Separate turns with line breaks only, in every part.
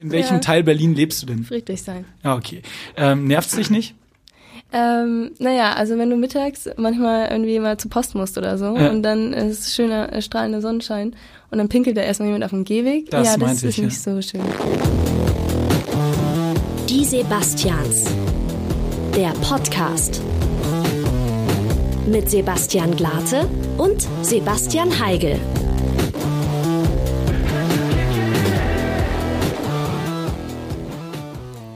In welchem
Ja.
Teil Berlin lebst du denn?
Friedrich sein.
Ja, okay. Ähm, nervt's dich nicht?
Ähm, naja, also wenn du mittags manchmal irgendwie mal zur Post musst oder so
Ja.
und dann ist schöner äh, strahlender Sonnenschein und dann pinkelt da erstmal jemand auf dem Gehweg.
Das
ja, das
meinte
ist
ich, ja.
nicht so schön.
Die Sebastians. Der Podcast. Mit Sebastian Glate und Sebastian Heigel.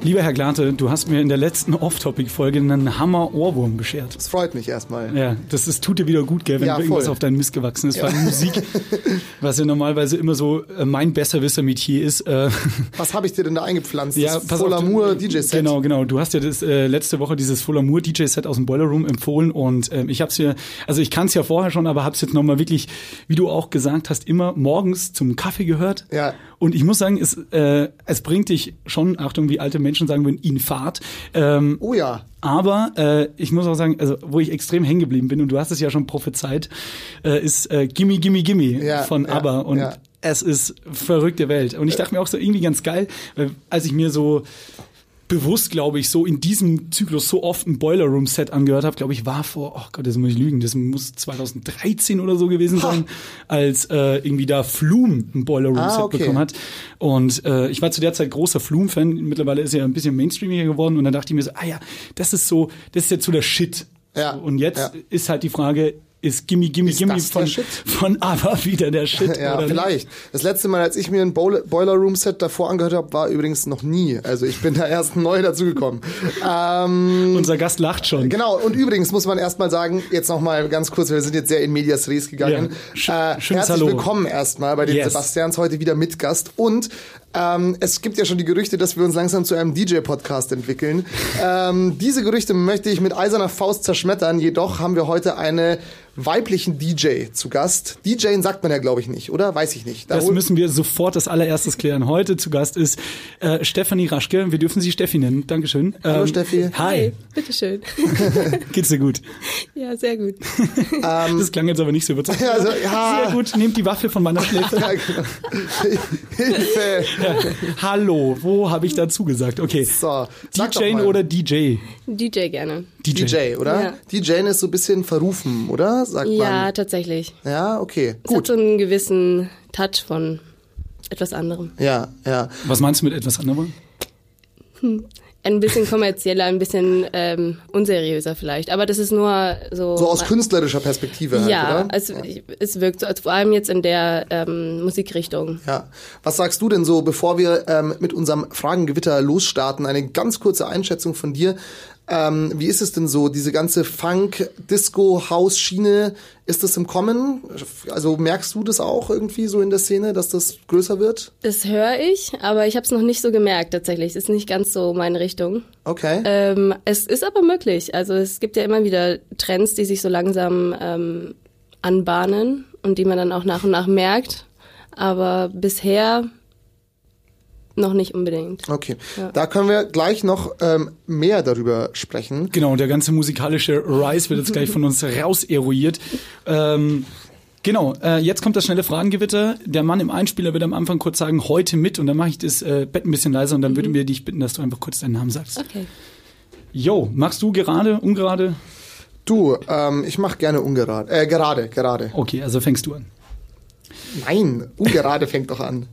Lieber Herr Glate, du hast mir in der letzten Off-Topic-Folge einen Hammer-Ohrwurm beschert.
Das freut mich erstmal.
Ja, das ist, tut dir wieder gut, gell, wenn
Ja,
irgendwas
voll.
auf deinen Mist gewachsen ist. Weil Musik, was ja normalerweise immer so äh, mein Besserwisser-Metier ist. Äh,
Was habe ich dir denn da eingepflanzt?
ja,
das
pass
Full
auf, du-
Amour DJ-Set.
Genau, genau. Du hast ja das, äh, letzte Woche dieses Full Amour DJ-Set aus dem Boiler Room empfohlen und ähm, ich hab's dir, also ich kann's ja vorher schon, aber hab's jetzt nochmal wirklich, wie du auch gesagt hast, immer morgens zum Kaffee gehört.
Ja.
Und ich muss sagen, es, äh, es bringt dich schon, Achtung, wie alte Menschen sagen würden, in Fahrt. Ähm,
Oh ja.
aber äh, ich muss auch sagen, also wo ich extrem hängen geblieben bin, und du hast es ja schon prophezeit, äh, ist äh, Gimme, Gimme, Gimme
Ja,
von
ja,
ABBA. Und
ja.
es ist verrückte Welt. Und ich dachte mir auch so irgendwie ganz geil, weil als ich mir so bewusst, glaube ich, so in diesem Zyklus so oft ein Boiler Room Set angehört habe, glaube ich, war vor, oh Gott, das muss ich lügen, das muss 2013 oder so gewesen sein, als äh, irgendwie da Flum ein Boiler Room
Ah,
Set
okay.
bekommen hat. Und äh, ich war zu der Zeit großer Flum-Fan, mittlerweile ist er ja ein bisschen mainstreamiger geworden und dann dachte ich mir so, ah ja, das ist so, das ist jetzt so der Shit.
Ja,
So, und jetzt
ja.
ist halt die Frage, ist Gimme Gimme
Ist
Gimme
das der
von,
Shit?
von aber wieder der Shit?
Ja,
oder nicht?
vielleicht. Das letzte Mal, als ich mir ein Boil- Boiler Room Set davor angehört habe, war übrigens noch nie. Also ich bin da erst neu dazugekommen.
Unser Gast lacht schon.
Mhm. Genau, und übrigens muss man erstmal sagen, jetzt nochmal ganz kurz, wir sind jetzt sehr in Medias Res gegangen. Äh,
Ja. Sch- schönes
herzlich
Hallo.
willkommen erstmal bei den
Yes.
Sebastians, heute wieder Mitgast. Und ähm, es gibt ja schon die Gerüchte, dass wir uns langsam zu einem DJ-Podcast entwickeln. ähm, diese Gerüchte möchte ich mit eiserner Faust zerschmettern, jedoch haben wir heute eine weiblichen DJ zu Gast. DJ sagt man ja, glaube ich, nicht, oder? Weiß ich nicht. Da
Das
hol-
müssen wir sofort als allererstes klären. Heute zu Gast ist äh, Stefanie Raschke. Wir dürfen sie Steffi nennen. Dankeschön. Ähm,
Hallo, Steffi.
Hi.
Bitteschön.
Geht's dir gut?
ja, sehr gut.
das klang jetzt aber nicht so überzeugend.
Ja, Ähm, also, ja.
Sehr gut. Nehmt die Waffe von meiner Schläfe.
Ja, genau. Hilfe.
Hallo. Wo habe ich dazu gesagt? Okay.
So, sag doch
DJ
mal.
oder DJ?
DJ gerne.
DJ.
DJ, oder?
Ja.
DJ ist so ein bisschen verrufen, oder? Sagt
Ja,
man.
tatsächlich.
Ja, okay.
Es hat
Gut.
so einen gewissen Touch von etwas anderem.
Ja, ja.
Was meinst du mit etwas anderem?
Ein bisschen kommerzieller, ein bisschen ähm, unseriöser vielleicht. Aber das ist nur so.
So aus künstlerischer Perspektive halt,
ja,
oder?
also ich- es wirkt so, also vor allem jetzt in der ähm, Musikrichtung.
Ja. Was sagst du denn so, bevor wir ähm, mit unserem Fragengewitter losstarten, eine ganz kurze Einschätzung von dir. Ähm, wie ist es denn so, diese ganze Funk, Disco, House-Schiene, ist das im Kommen? Also merkst du das auch irgendwie so in der Szene, dass das größer wird?
Das höre ich, aber ich habe es noch nicht so gemerkt tatsächlich. Es ist nicht ganz so meine Richtung.
Okay.
Ähm, es ist aber möglich. Also es gibt ja immer wieder Trends, die sich so langsam ähm, anbahnen und die man dann auch nach und nach merkt. Aber bisher noch nicht unbedingt.
Okay, da können wir gleich noch ähm, mehr darüber sprechen.
Genau, der ganze musikalische Rise wird jetzt gleich von uns raus eruiert. Ähm, genau, äh, jetzt kommt das schnelle Fragengewitter. Der Mann im Einspieler wird am Anfang kurz sagen, heute mit. Und dann mache ich das äh, Bett ein bisschen leiser und dann
Mhm.
würden wir dich bitten, dass du einfach kurz deinen Namen sagst.
Okay.
Jo, machst du gerade, ungerade?
Du, ähm, ich mache gerne ungerade. Äh, gerade, gerade.
Okay, also fängst du an.
Nein, ungerade fängt doch an.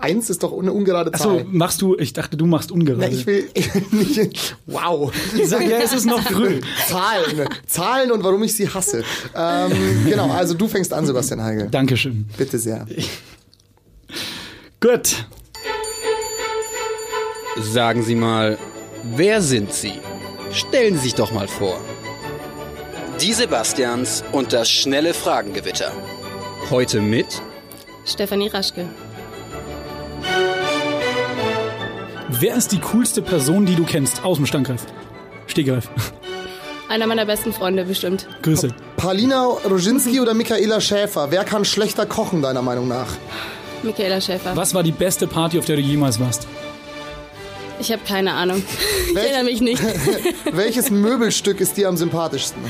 Eins ist doch eine ungerade
Achso,
Zahl.
machst du, ich dachte, du machst ungerade.
Na, ich will ich will nicht. Wow.
ich sag, ja, es ist noch früh.
Zahlen. Zahlen und warum ich sie hasse. Ähm, genau, also du fängst an, Sebastian Heigel.
Dankeschön.
Bitte sehr.
Gut.
Sagen Sie mal, wer sind Sie? Stellen Sie sich doch mal vor. Die Sebastians und das schnelle Fragengewitter. Heute mit
Stefanie Raschke.
Wer ist die coolste Person, die du kennst? Aus dem Standgreif. Stehgreif.
Einer meiner besten Freunde bestimmt.
Grüße.
Paulina Roginski oder Michaela Schäfer? Wer kann schlechter kochen, deiner Meinung nach?
Michaela Schäfer.
Was war die beste Party, auf der du jemals warst?
Ich habe keine Ahnung. Ich
Welch-
erinnere mich nicht.
Welches Möbelstück ist dir am sympathischsten?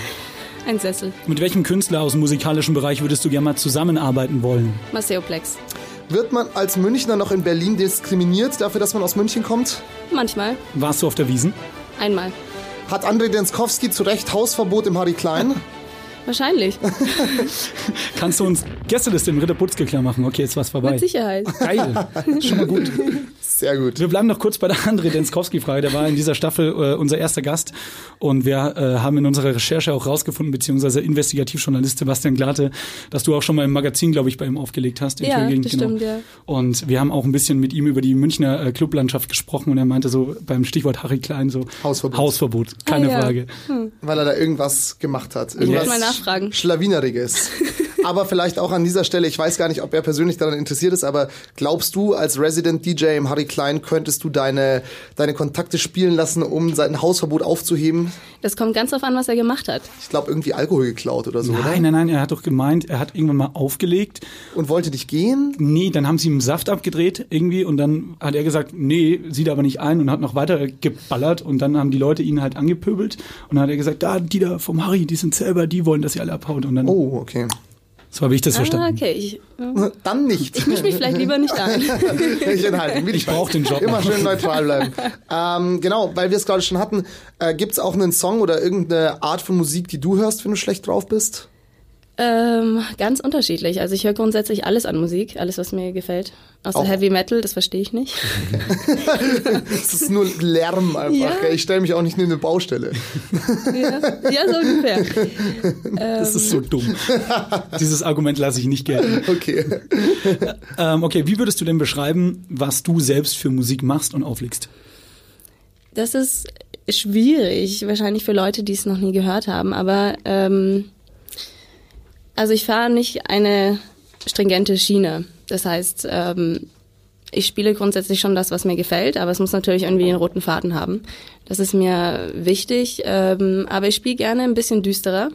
Ein Sessel.
Mit welchem Künstler aus dem musikalischen Bereich würdest du gerne mal zusammenarbeiten wollen?
Maceoplex.
Wird man als Münchner noch in Berlin diskriminiert dafür, dass man aus München kommt?
Manchmal.
Warst du auf der Wiesen?
Einmal.
Hat André Denskowski zu Recht Hausverbot im Harry Klein?
Wahrscheinlich.
Kannst du uns Gästeliste im Ritterputzke klar machen? Okay, jetzt war's vorbei.
Mit Sicherheit.
Geil. Schon mal gut.
Sehr gut.
Wir bleiben noch kurz bei der André Denskowski-Frage. Der war in dieser Staffel äh, unser erster Gast. Und wir äh, haben in unserer Recherche auch rausgefunden, beziehungsweise Investigativjournalist Sebastian Glate, dass du auch schon mal im Magazin, glaube ich, bei ihm aufgelegt hast. in
Ja,
Köln-Gegend,
das stimmt, ja.
Und wir haben auch ein bisschen mit ihm über die Münchner äh, Clublandschaft gesprochen. Und er meinte so beim Stichwort Harry Klein so
Hausverbot.
Hausverbot, keine
Ah, ja.
Frage.
Weil er da irgendwas gemacht hat. Irgendwas
mal nachfragen.
Schlawineriges. aber vielleicht auch an dieser Stelle, ich weiß gar nicht, ob er persönlich daran interessiert ist, aber glaubst du, als Resident DJ im Harry Klein könntest du deine, deine Kontakte spielen lassen, um sein Hausverbot aufzuheben?
Das kommt ganz drauf an, was er gemacht hat.
Ich glaube, irgendwie Alkohol geklaut oder so,
Nein, nein, nein, er hat doch gemeint, er hat irgendwann mal aufgelegt.
oder? Und wollte dich gehen?
Nee, dann haben sie ihm Saft abgedreht irgendwie und dann hat er gesagt, nee, sieht aber nicht ein und hat noch weiter geballert und dann haben die Leute ihn halt angepöbelt und dann hat er gesagt, da, die da vom Harry, die sind selber, die wollen, dass ihr alle abhaut und dann,
Oh, okay.
so habe ich das
Ah,
verstanden.
okay. Ich
Dann nicht.
mische mich vielleicht lieber nicht ein.
ich enthalte mich.
Ich brauch den Job
Immer
noch.
schön neutral bleiben. ähm, genau, weil wir es gerade schon hatten. Äh, Gibt es auch einen Song oder irgendeine Art von Musik, die du hörst, wenn du schlecht drauf bist?
Ähm, ganz unterschiedlich. Also ich höre grundsätzlich alles an Musik, alles, was mir gefällt. Außer
Auch-
Heavy Metal, das verstehe ich nicht.
Es ist nur Lärm einfach.
Ja.
gell? Ich stelle mich auch nicht neben eine Baustelle.
ja, ja, so ungefähr.
Das ist so dumm. Dieses Argument lasse ich nicht gelten.
Okay.
Ähm, okay, wie würdest du denn beschreiben, was du selbst für Musik machst und auflegst?
Das ist schwierig, wahrscheinlich für Leute, die es noch nie gehört haben. Aber ähm, also ich fahre nicht eine stringente Schiene. Das heißt, ähm, ich spiele grundsätzlich schon das, was mir gefällt, aber es muss natürlich irgendwie einen roten Faden haben. Das ist mir wichtig. Ähm, aber ich spiele gerne ein bisschen düsterer,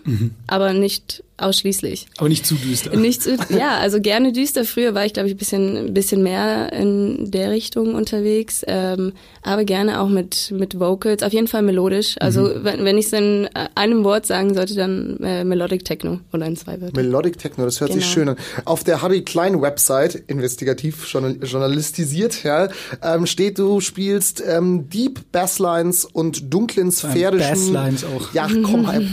aber nicht ausschließlich.
Aber nicht zu düster.
Nichts, ja, also gerne düster. Früher war ich, glaube ich, ein bisschen, ein bisschen mehr in der Richtung unterwegs, ähm, aber gerne auch mit, mit Vocals, auf jeden Fall melodisch. Also wenn, wenn ich es in äh, einem Wort sagen sollte, dann äh, Melodic Techno oder in zwei Wörtern.
Melodic Techno, das hört sich
Genau.
schön an. Auf der Harry Klein Website, investigativ journal journalistisiert, ja, ähm, steht, du spielst ähm, Deep Basslines und dunklen sphärischen...
Basslines auch.
Ja, komm halt.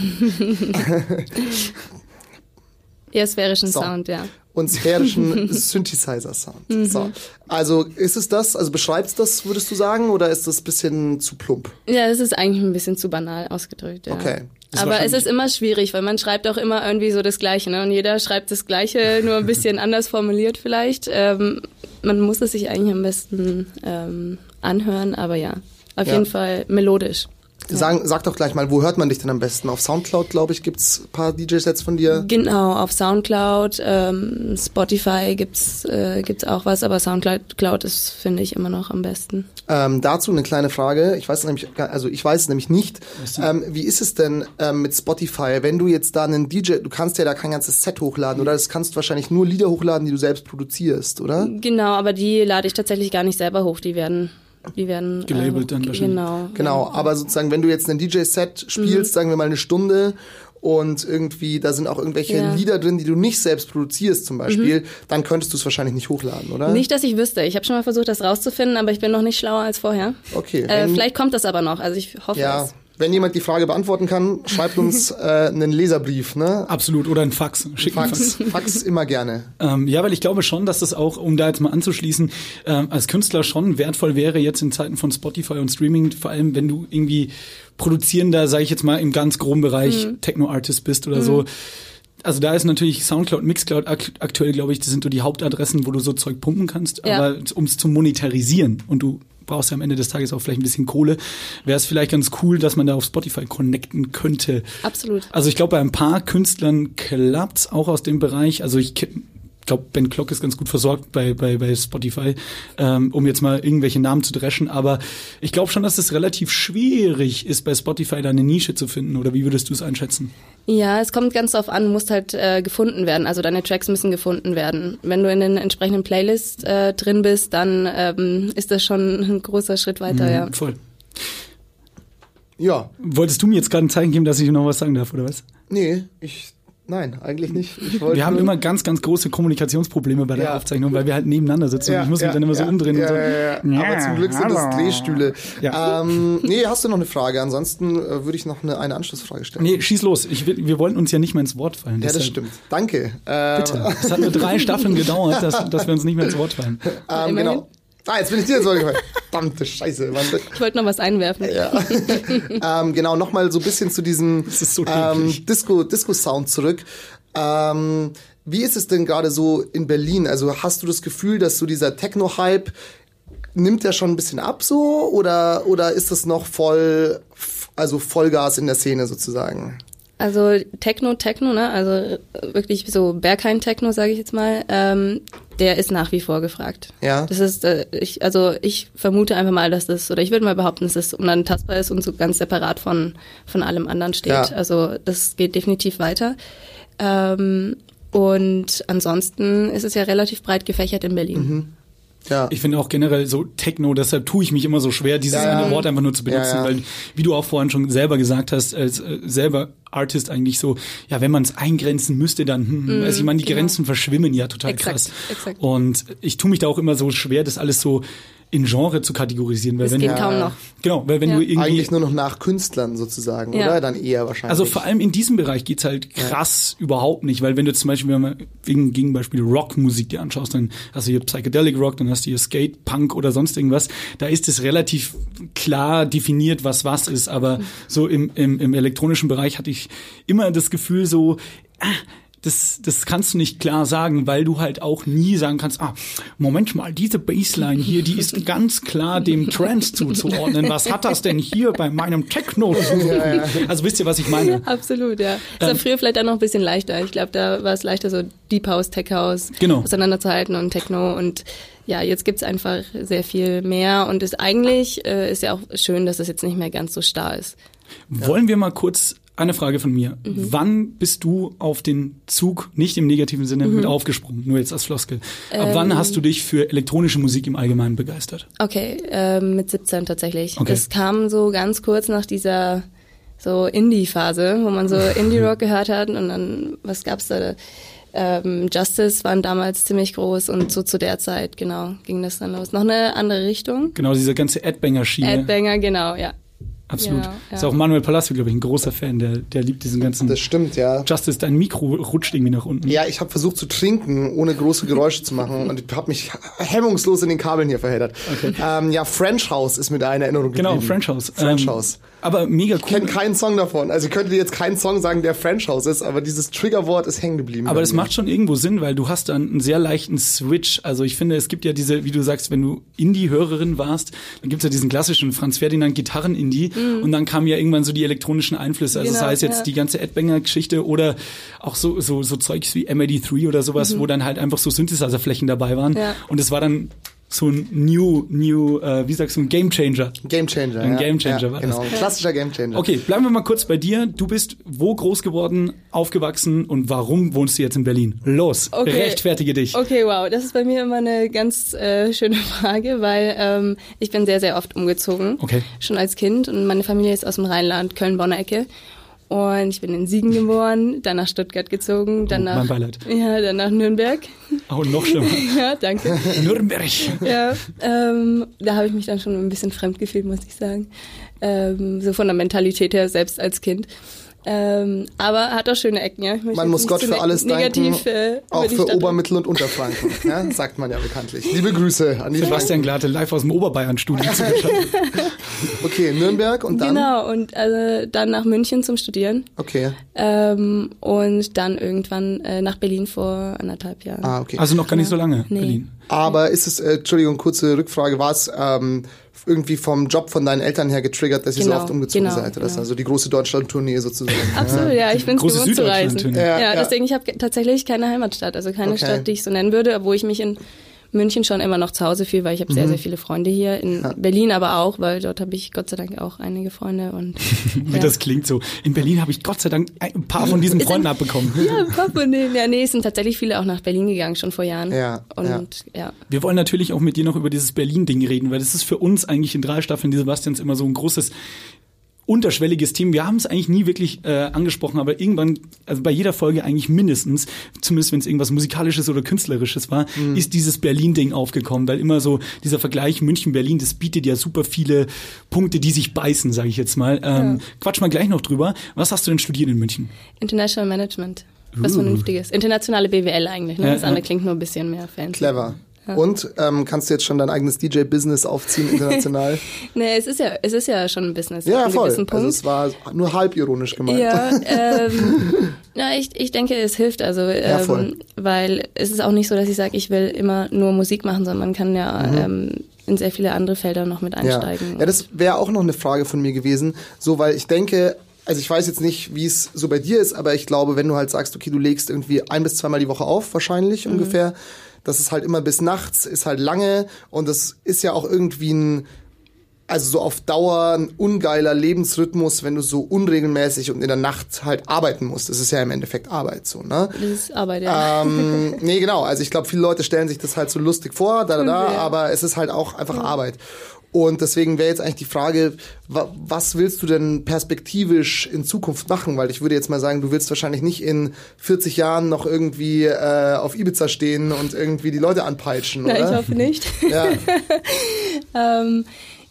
Eher sphärischen
So.
Sound, ja.
und sphärischen Synthesizer-Sound. So. Also ist es das, also beschreibst das, würdest du sagen, oder ist das ein bisschen zu plump?
Ja, es ist eigentlich ein bisschen zu banal ausgedrückt, ja.
Okay.
Ist
aber es
wahrscheinlich-
ist immer schwierig, weil man schreibt auch immer irgendwie so das Gleiche, ne? Und jeder schreibt das Gleiche, nur ein bisschen anders formuliert vielleicht. Ähm, man muss es sich eigentlich am besten ähm, anhören, aber ja, auf
Ja.
jeden Fall melodisch.
Sagen, sag doch gleich mal, wo hört man dich denn am besten? Auf Soundcloud, glaube ich, gibt's ein paar DJ-Sets von dir.
Genau, auf Soundcloud, ähm, Spotify gibt's äh, gibt's auch was, aber Soundcloud Cloud ist finde ich immer noch am besten.
Ähm, dazu eine kleine Frage. Ich weiß nämlich, gar- also ich weiß nämlich nicht, ähm, wie ist es denn ähm, mit Spotify, wenn du jetzt da einen DJ, du kannst ja da kein ganzes Set hochladen, oder? Das kannst du wahrscheinlich nur Lieder hochladen, die du selbst produzierst, oder?
Genau, aber die lade ich tatsächlich gar nicht selber hoch, die werden die werden äh,
Gelabelt dann
hochge-
wahrscheinlich.
Genau.
Genau, aber sozusagen, wenn du jetzt ein DJ-Set
Mhm.
spielst, sagen wir mal eine Stunde, und irgendwie, da sind auch irgendwelche
Ja. Mhm.
Lieder drin, die du nicht selbst produzierst zum Beispiel, dann könntest du es wahrscheinlich nicht hochladen, oder?
Nicht, dass ich wüsste. Ich habe schon mal versucht, das rauszufinden, aber ich bin noch nicht schlauer als vorher.
Okay,
Äh,
wenn-
vielleicht kommt das aber noch. Also ich hoffe
Ja,
es.
wenn jemand die Frage beantworten kann, schreibt uns äh, einen Leserbrief, ne?
Absolut, oder ein Fax. Schick einen Fax.
Fax, Fax immer gerne.
Ähm, ja, weil ich glaube schon, dass das auch, um da jetzt mal anzuschließen, ähm, als Künstler schon wertvoll wäre jetzt in Zeiten von Spotify und Streaming, vor allem wenn du irgendwie produzierender, sage ich jetzt mal, im ganz groben Bereich Techno-Artist bist oder so. Also da ist natürlich Soundcloud, Mixcloud ak aktuell, glaube ich, das sind so die Hauptadressen, wo du so Zeug pumpen kannst.
Ja.
Aber um es zu monetarisieren und du brauchst ja am Ende des Tages auch vielleicht ein bisschen Kohle, wäre es vielleicht ganz cool, dass man da auf Spotify connecten könnte.
Absolut.
Also ich glaube, bei ein paar Künstlern klappt's auch aus dem Bereich. Also ich glaube, Ben Clock ist ganz gut versorgt bei, bei, bei Spotify, ähm, um jetzt mal irgendwelche Namen zu dreschen. Aber ich glaube schon, dass es relativ schwierig ist, bei Spotify da eine Nische zu finden. Oder wie würdest du es einschätzen?
Ja, es kommt ganz drauf an, du musst halt äh, gefunden werden. Also deine Tracks müssen gefunden werden. Wenn du in den entsprechenden Playlists äh, drin bist, dann ähm, ist das schon ein großer Schritt weiter,
Mhm.
ja.
Voll.
Ja,
Wolltest du mir jetzt gerade ein Zeichen geben, dass ich noch was sagen darf, oder was?
nee, ich Nein, eigentlich nicht. Ich wollte
Wir haben
nur-
immer ganz, ganz große Kommunikationsprobleme bei der
Ja.
Aufzeichnung, weil wir halt nebeneinander sitzen und ich muss mich dann immer so umdrehen
ja,
und so.
Ja, ja. Aber zum Glück sind das Drehstühle.
Ja.
Ähm, nee, hast du noch eine Frage? Ansonsten äh, würde ich noch eine, eine Anschlussfrage stellen.
Nee, schieß los. Ich will, wir wollen uns ja nicht mehr ins Wort fallen.
ja, das
deshalb-
stimmt. Danke. Äh,
Bitte. Es hat nur drei Staffeln gedauert, dass, dass wir uns nicht mehr ins Wort fallen.
ähm,
Immerhin.
genau. Ah, jetzt bin ich dir ins Wort gefallen. Verdammte Scheiße. Mann.
Ich wollte noch was einwerfen.
ähm, genau, nochmal so ein bisschen zu diesem
ist so dämlich.
ähm, Disco- Disco-Sound zurück. Ähm, wie ist es denn gerade so in Berlin? Also hast du das Gefühl, dass so dieser Techno-Hype nimmt der schon ein bisschen ab so oder, oder ist das noch voll, also Vollgas in der Szene sozusagen?
Also Techno, Techno, ne? Also äh, wirklich so Berghain-Techno, sage ich jetzt mal, ähm, der ist nach wie vor gefragt.
Ja.
Das ist, äh, ich, also ich vermute einfach mal, dass das, oder ich würde mal behaupten, dass das unantastbar ist und so ganz separat von, von allem anderen steht.
Ja.
Also das geht definitiv weiter. Ähm, und ansonsten ist es ja relativ breit gefächert in Berlin.
Mhm. Ja.
Ich finde auch generell so Techno, deshalb tue ich mich immer so schwer, dieses
Ja, ja.
eine Wort einfach nur zu benutzen,
Ja, ja.
weil wie du auch vorhin schon selber gesagt hast, als äh, selber Artist eigentlich so, ja, wenn man es eingrenzen müsste, dann, hm, also ich meine, die
genau.
Grenzen verschwimmen ja total
Exakt,
krass.
exakt.
Und ich tue mich da auch immer so schwer, das alles so in Genre zu kategorisieren, weil
Das
wenn
geht
du,
kaum noch.
genau, weil wenn
Ja.
du irgendwie
Eigentlich nur noch nach Künstlern sozusagen,
Ja.
oder? Dann eher wahrscheinlich.
also vor allem in diesem Bereich geht's halt krass überhaupt nicht, weil wenn du zum Beispiel, wenn man wegen Gegenbeispiel Rockmusik dir anschaust, dann hast du hier Psychedelic Rock, dann hast du hier Skate, Punk oder sonst irgendwas, da ist es relativ klar definiert, was was ist, aber so im, im, im elektronischen Bereich hatte ich immer das Gefühl so, ah, das, das kannst du nicht klar sagen, weil du halt auch nie sagen kannst, ah, Moment mal, diese Baseline hier, die ist ganz klar dem Trance zuzuordnen. Was hat das denn hier bei meinem Techno? zu suchen? Also wisst ihr, was ich meine?
Absolut, ja. Das
Ähm.
war früher vielleicht auch noch ein bisschen leichter. Ich glaube, da war es leichter, so Deep House, Tech House
Genau.
auseinanderzuhalten und Techno. Und ja, jetzt gibt's einfach sehr viel mehr. Und ist eigentlich äh, ist ja auch schön, dass es jetzt nicht mehr ganz so starr ist.
Wollen wir mal kurz eine Frage von mir.
Mhm.
Wann bist du auf den Zug, nicht im negativen Sinne,
Mhm.
mit aufgesprungen? Nur jetzt als Floskel. Ab
Ähm.
wann hast du dich für elektronische Musik im Allgemeinen begeistert?
Okay, ähm, mit 17 tatsächlich.
Okay.
Das kam so ganz kurz nach dieser so Indie-Phase, wo man so Indie-Rock gehört hat und dann, was gab's da? Ähm, Justice waren damals ziemlich groß und so zu der Zeit, genau, ging das dann los. Noch eine andere Richtung.
Genau, diese ganze Adbanger-Schiene.
Adbanger, genau, ja.
Absolut.
Ja, ja.
Ist auch Manuel Palacio, glaube ich, ein großer Fan, der, der liebt diesen ganzen
das stimmt, ja.
Justice, dein Mikro rutscht irgendwie nach unten.
Ja, ich habe versucht zu trinken, ohne große Geräusche zu machen und ich habe mich hemmungslos in den Kabeln hier verheddert. Ähm, ja, French House ist mir da in Erinnerung
Genau,
geblieben.
French House.
French
Ähm,
House.
Aber mega
Ich
cool.
kenne keinen Song davon. Also ich könnte dir jetzt keinen Song sagen, der French House ist, aber dieses Triggerwort ist hängen geblieben.
Aber
bei
das
mir.
macht schon irgendwo Sinn, weil du hast dann einen sehr leichten Switch. Also ich finde, es gibt ja diese, wie du sagst, wenn du Indie-Hörerin warst, dann gibt's ja diesen klassischen Franz Ferdinand Gitarren-Indie und dann kamen ja irgendwann so die elektronischen Einflüsse. Also
Mhm. Genau,
sei es jetzt
ja.
die ganze Adbanger-Geschichte oder auch so, so, so Zeugs wie MID3 oder sowas, wo dann halt einfach so Synthesizer-Flächen dabei waren.
Mhm. Ja.
Und es war dann so ein new, new, äh, wie sagst du, ein Game Changer.
Game Changer.
Ein
ja.
Game Changer
ja,
war das.
Genau, ein klassischer Game Changer.
Okay, bleiben wir mal kurz bei dir. Du bist wo groß geworden, aufgewachsen und warum wohnst du jetzt in Berlin? Los,
Okay.
rechtfertige dich.
Okay, wow, das ist bei mir immer eine ganz äh, schöne Frage, weil ähm, ich bin sehr, sehr oft umgezogen,
Okay.
schon als Kind und meine Familie ist aus dem Rheinland, Köln-Bonner Ecke und ich bin in Siegen geboren, dann nach Stuttgart gezogen,
Oh,
dann nach,
mein Beileid.
Ja, dann nach Nürnberg,
Oh, noch schlimmer.
ja, danke.
Nürnberg.
ja, ähm, da habe ich mich dann schon ein bisschen fremd gefühlt, muss ich sagen. Ähm, so von der Mentalität her, selbst als Kind. Ähm, aber hat auch schöne Ecken, ja. Ich möchte
Man
jetzt
muss
nicht
Gott
zu
für
ne-
alles
negativ,
danken,
äh,
auch
über die
für
Stadt-
Obermittel- und Unterfranken, ja, sagt man ja bekanntlich. Liebe Grüße an die
Sebastian Glatte live aus dem Oberbayern-Studio zugeschaltet.
Franken. Okay, Nürnberg und dann?
Genau, und äh, dann nach München zum Studieren
Okay,
ähm, und dann irgendwann äh, nach Berlin vor anderthalb Jahren.
ah, okay.
Also noch gar nicht so lange,
Nee.
Berlin.
Aber ist es, äh, Entschuldigung, kurze Rückfrage, war es ähm, irgendwie vom Job von deinen Eltern her getriggert, dass ihr so
Genau,
oft umgezogen
genau,
seid? Das ist
genau.
also die große Deutschland-Tournee sozusagen.
Absolut, ja, ich bin es
Große
gewohnt zu reisen.
Süddeutschland-Tournee.
Ja,
Ja, ja.
deswegen, ich habe ge- tatsächlich keine Heimatstadt, also keine
Okay.
Stadt, die ich so nennen würde, obwohl ich mich in München schon immer noch zu Hause fühle, weil ich
Mhm.
habe sehr, sehr viele Freunde hier, in Berlin aber auch, weil dort habe ich Gott sei Dank auch einige Freunde und
Wie das klingt so. In Berlin habe ich Gott sei Dank ein paar von diesen Freunden abbekommen.
ja, Papa, nee, ja, nee, es sind tatsächlich viele auch nach Berlin gegangen, schon vor Jahren.
Ja,
Und ja.
Wir wollen natürlich auch mit dir noch über dieses Berlin-Ding reden, weil das ist für uns eigentlich in drei Staffeln, die Sebastians immer so ein großes unterschwelliges Thema. Wir haben es eigentlich nie wirklich äh, angesprochen, aber irgendwann, also bei jeder Folge eigentlich mindestens, zumindest wenn es irgendwas Musikalisches oder Künstlerisches war,
Mhm.
ist dieses Berlin-Ding aufgekommen, weil immer so dieser Vergleich München-Berlin, das bietet ja super viele Punkte, die sich beißen, sage ich jetzt mal. Ähm, Quatsch mal gleich noch drüber. Was hast du denn studiert in München?
International Management. Was
Uh.
Vernünftiges. Internationale BWL eigentlich. Ne?
Ja,
das andere
ja.
klingt nur ein bisschen mehr fancy.
Clever. Und ähm, kannst du jetzt schon dein eigenes DJ-Business aufziehen international?
Nee, es ist ja, es ist ja schon ein Business. auf
ja,
einem
voll.
gewissen
Also es war nur halb ironisch gemeint.
Ja, ähm, na, ich, ich denke, es hilft. Also,
voll.
ähm, weil es ist auch nicht so, dass ich sage, ich will immer nur Musik machen, sondern man kann ja ähm, in sehr viele andere Felder noch mit einsteigen.
Mhm. Ja, ja das wäre auch noch eine Frage von mir gewesen, so weil ich denke, also ich weiß jetzt nicht, wie es so bei dir ist, aber ich glaube, wenn du halt sagst, okay, du legst irgendwie ein bis zweimal die Woche auf, wahrscheinlich
Mhm.
ungefähr, das ist halt immer bis nachts, ist halt lange und das ist ja auch irgendwie ein also so auf Dauer ein ungeiler Lebensrhythmus, wenn du so unregelmäßig und in der Nacht halt arbeiten musst. Das ist ja im Endeffekt Arbeit so, ne?
das ist Arbeit, ja.
ähm, nee, genau. Also ich glaube, viele Leute stellen sich das halt so lustig vor, da, da, da,
Ja.
aber es ist halt auch einfach Arbeit. Und deswegen wäre jetzt eigentlich die Frage, wa was willst du denn perspektivisch in Zukunft machen? Weil ich würde jetzt mal sagen, du willst wahrscheinlich nicht in 40 Jahren noch irgendwie äh, auf Ibiza stehen und irgendwie die Leute anpeitschen,
Na, ich
oder?
hoffe nicht.
Ja,
ähm,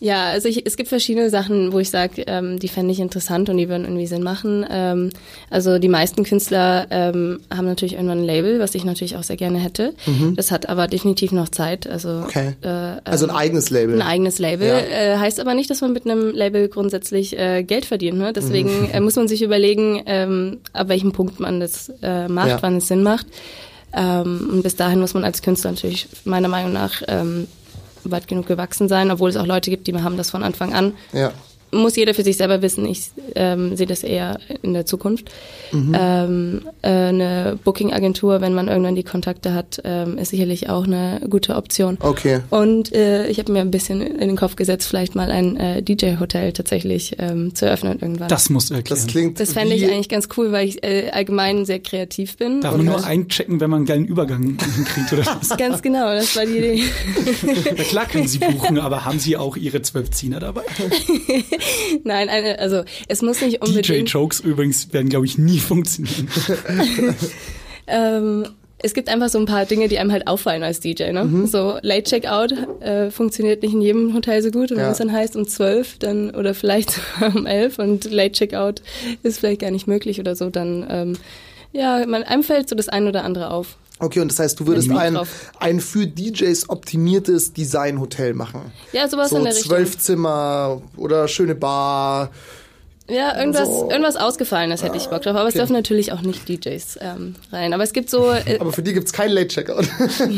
ja, also ich, es gibt verschiedene Sachen, wo ich sage, ähm, die fände ich interessant und die würden irgendwie Sinn machen. Ähm, also die meisten Künstler ähm, haben natürlich irgendwann ein Label, was ich natürlich auch sehr gerne hätte. Das hat aber definitiv noch Zeit. Also,
Mhm. okay.
äh, ähm,
also ein eigenes Label.
Ein eigenes Label.
Ja.
Äh, heißt aber nicht, dass man mit einem Label grundsätzlich äh, Geld verdient. Ne? Deswegen
Mhm.
äh, muss man sich überlegen, ähm, ab welchem Punkt man das äh, macht,
Ja.
wann es Sinn macht. Ähm, und bis dahin muss man als Künstler natürlich meiner Meinung nach ähm, weit genug gewachsen sein, obwohl es auch Leute gibt, die haben das von Anfang an.
ja.
Muss jeder für sich selber wissen. Ich ähm, sehe das eher in der Zukunft. Ähm, äh, eine Booking-Agentur, wenn man irgendwann die Kontakte hat, ähm, ist sicherlich auch eine gute Option.
Okay.
Und äh, ich habe mir ein bisschen in den Kopf gesetzt, vielleicht mal ein äh, DJ-Hotel tatsächlich ähm, zu eröffnen irgendwann.
Das musst du erklären.
Das klingt
das fände ich
wie-
eigentlich ganz cool, weil ich äh, allgemein sehr kreativ bin.
Darf man nur einchecken, wenn man einen geilen Übergang hinkriegt oder was?
Ganz genau, das war die Idee.
Na klar können Sie buchen, aber haben Sie auch Ihre zwölf Zehner dabei?
Nein, eine, also es muss nicht unbedingt.
DJ-Jokes übrigens werden, glaube ich, nie funktionieren.
Ähm, es gibt einfach so ein paar Dinge, die einem halt auffallen als DJ. Ne?
Mhm.
So Late Checkout äh, funktioniert nicht in jedem Hotel so gut. Und
Ja.
wenn es dann heißt um zwölf, dann oder vielleicht um elf und Late Checkout ist vielleicht gar nicht möglich oder so, dann ähm, ja, man, einem fällt so das ein oder andere auf.
Okay, und das heißt, du würdest
Bin ich
ein,
drauf.
ein für DJs optimiertes Design-Hotel machen.
Ja, sowas
so
in der
zwölf
Richtung.
Zimmer oder schöne Bar.
Ja, irgendwas,
so.
irgendwas Ausgefallenes hätte ich Bock drauf. Aber es
Also okay.
dürfen natürlich auch nicht DJs ähm, rein. Aber es gibt so, äh,
Aber für die gibt's kein Late Checkout.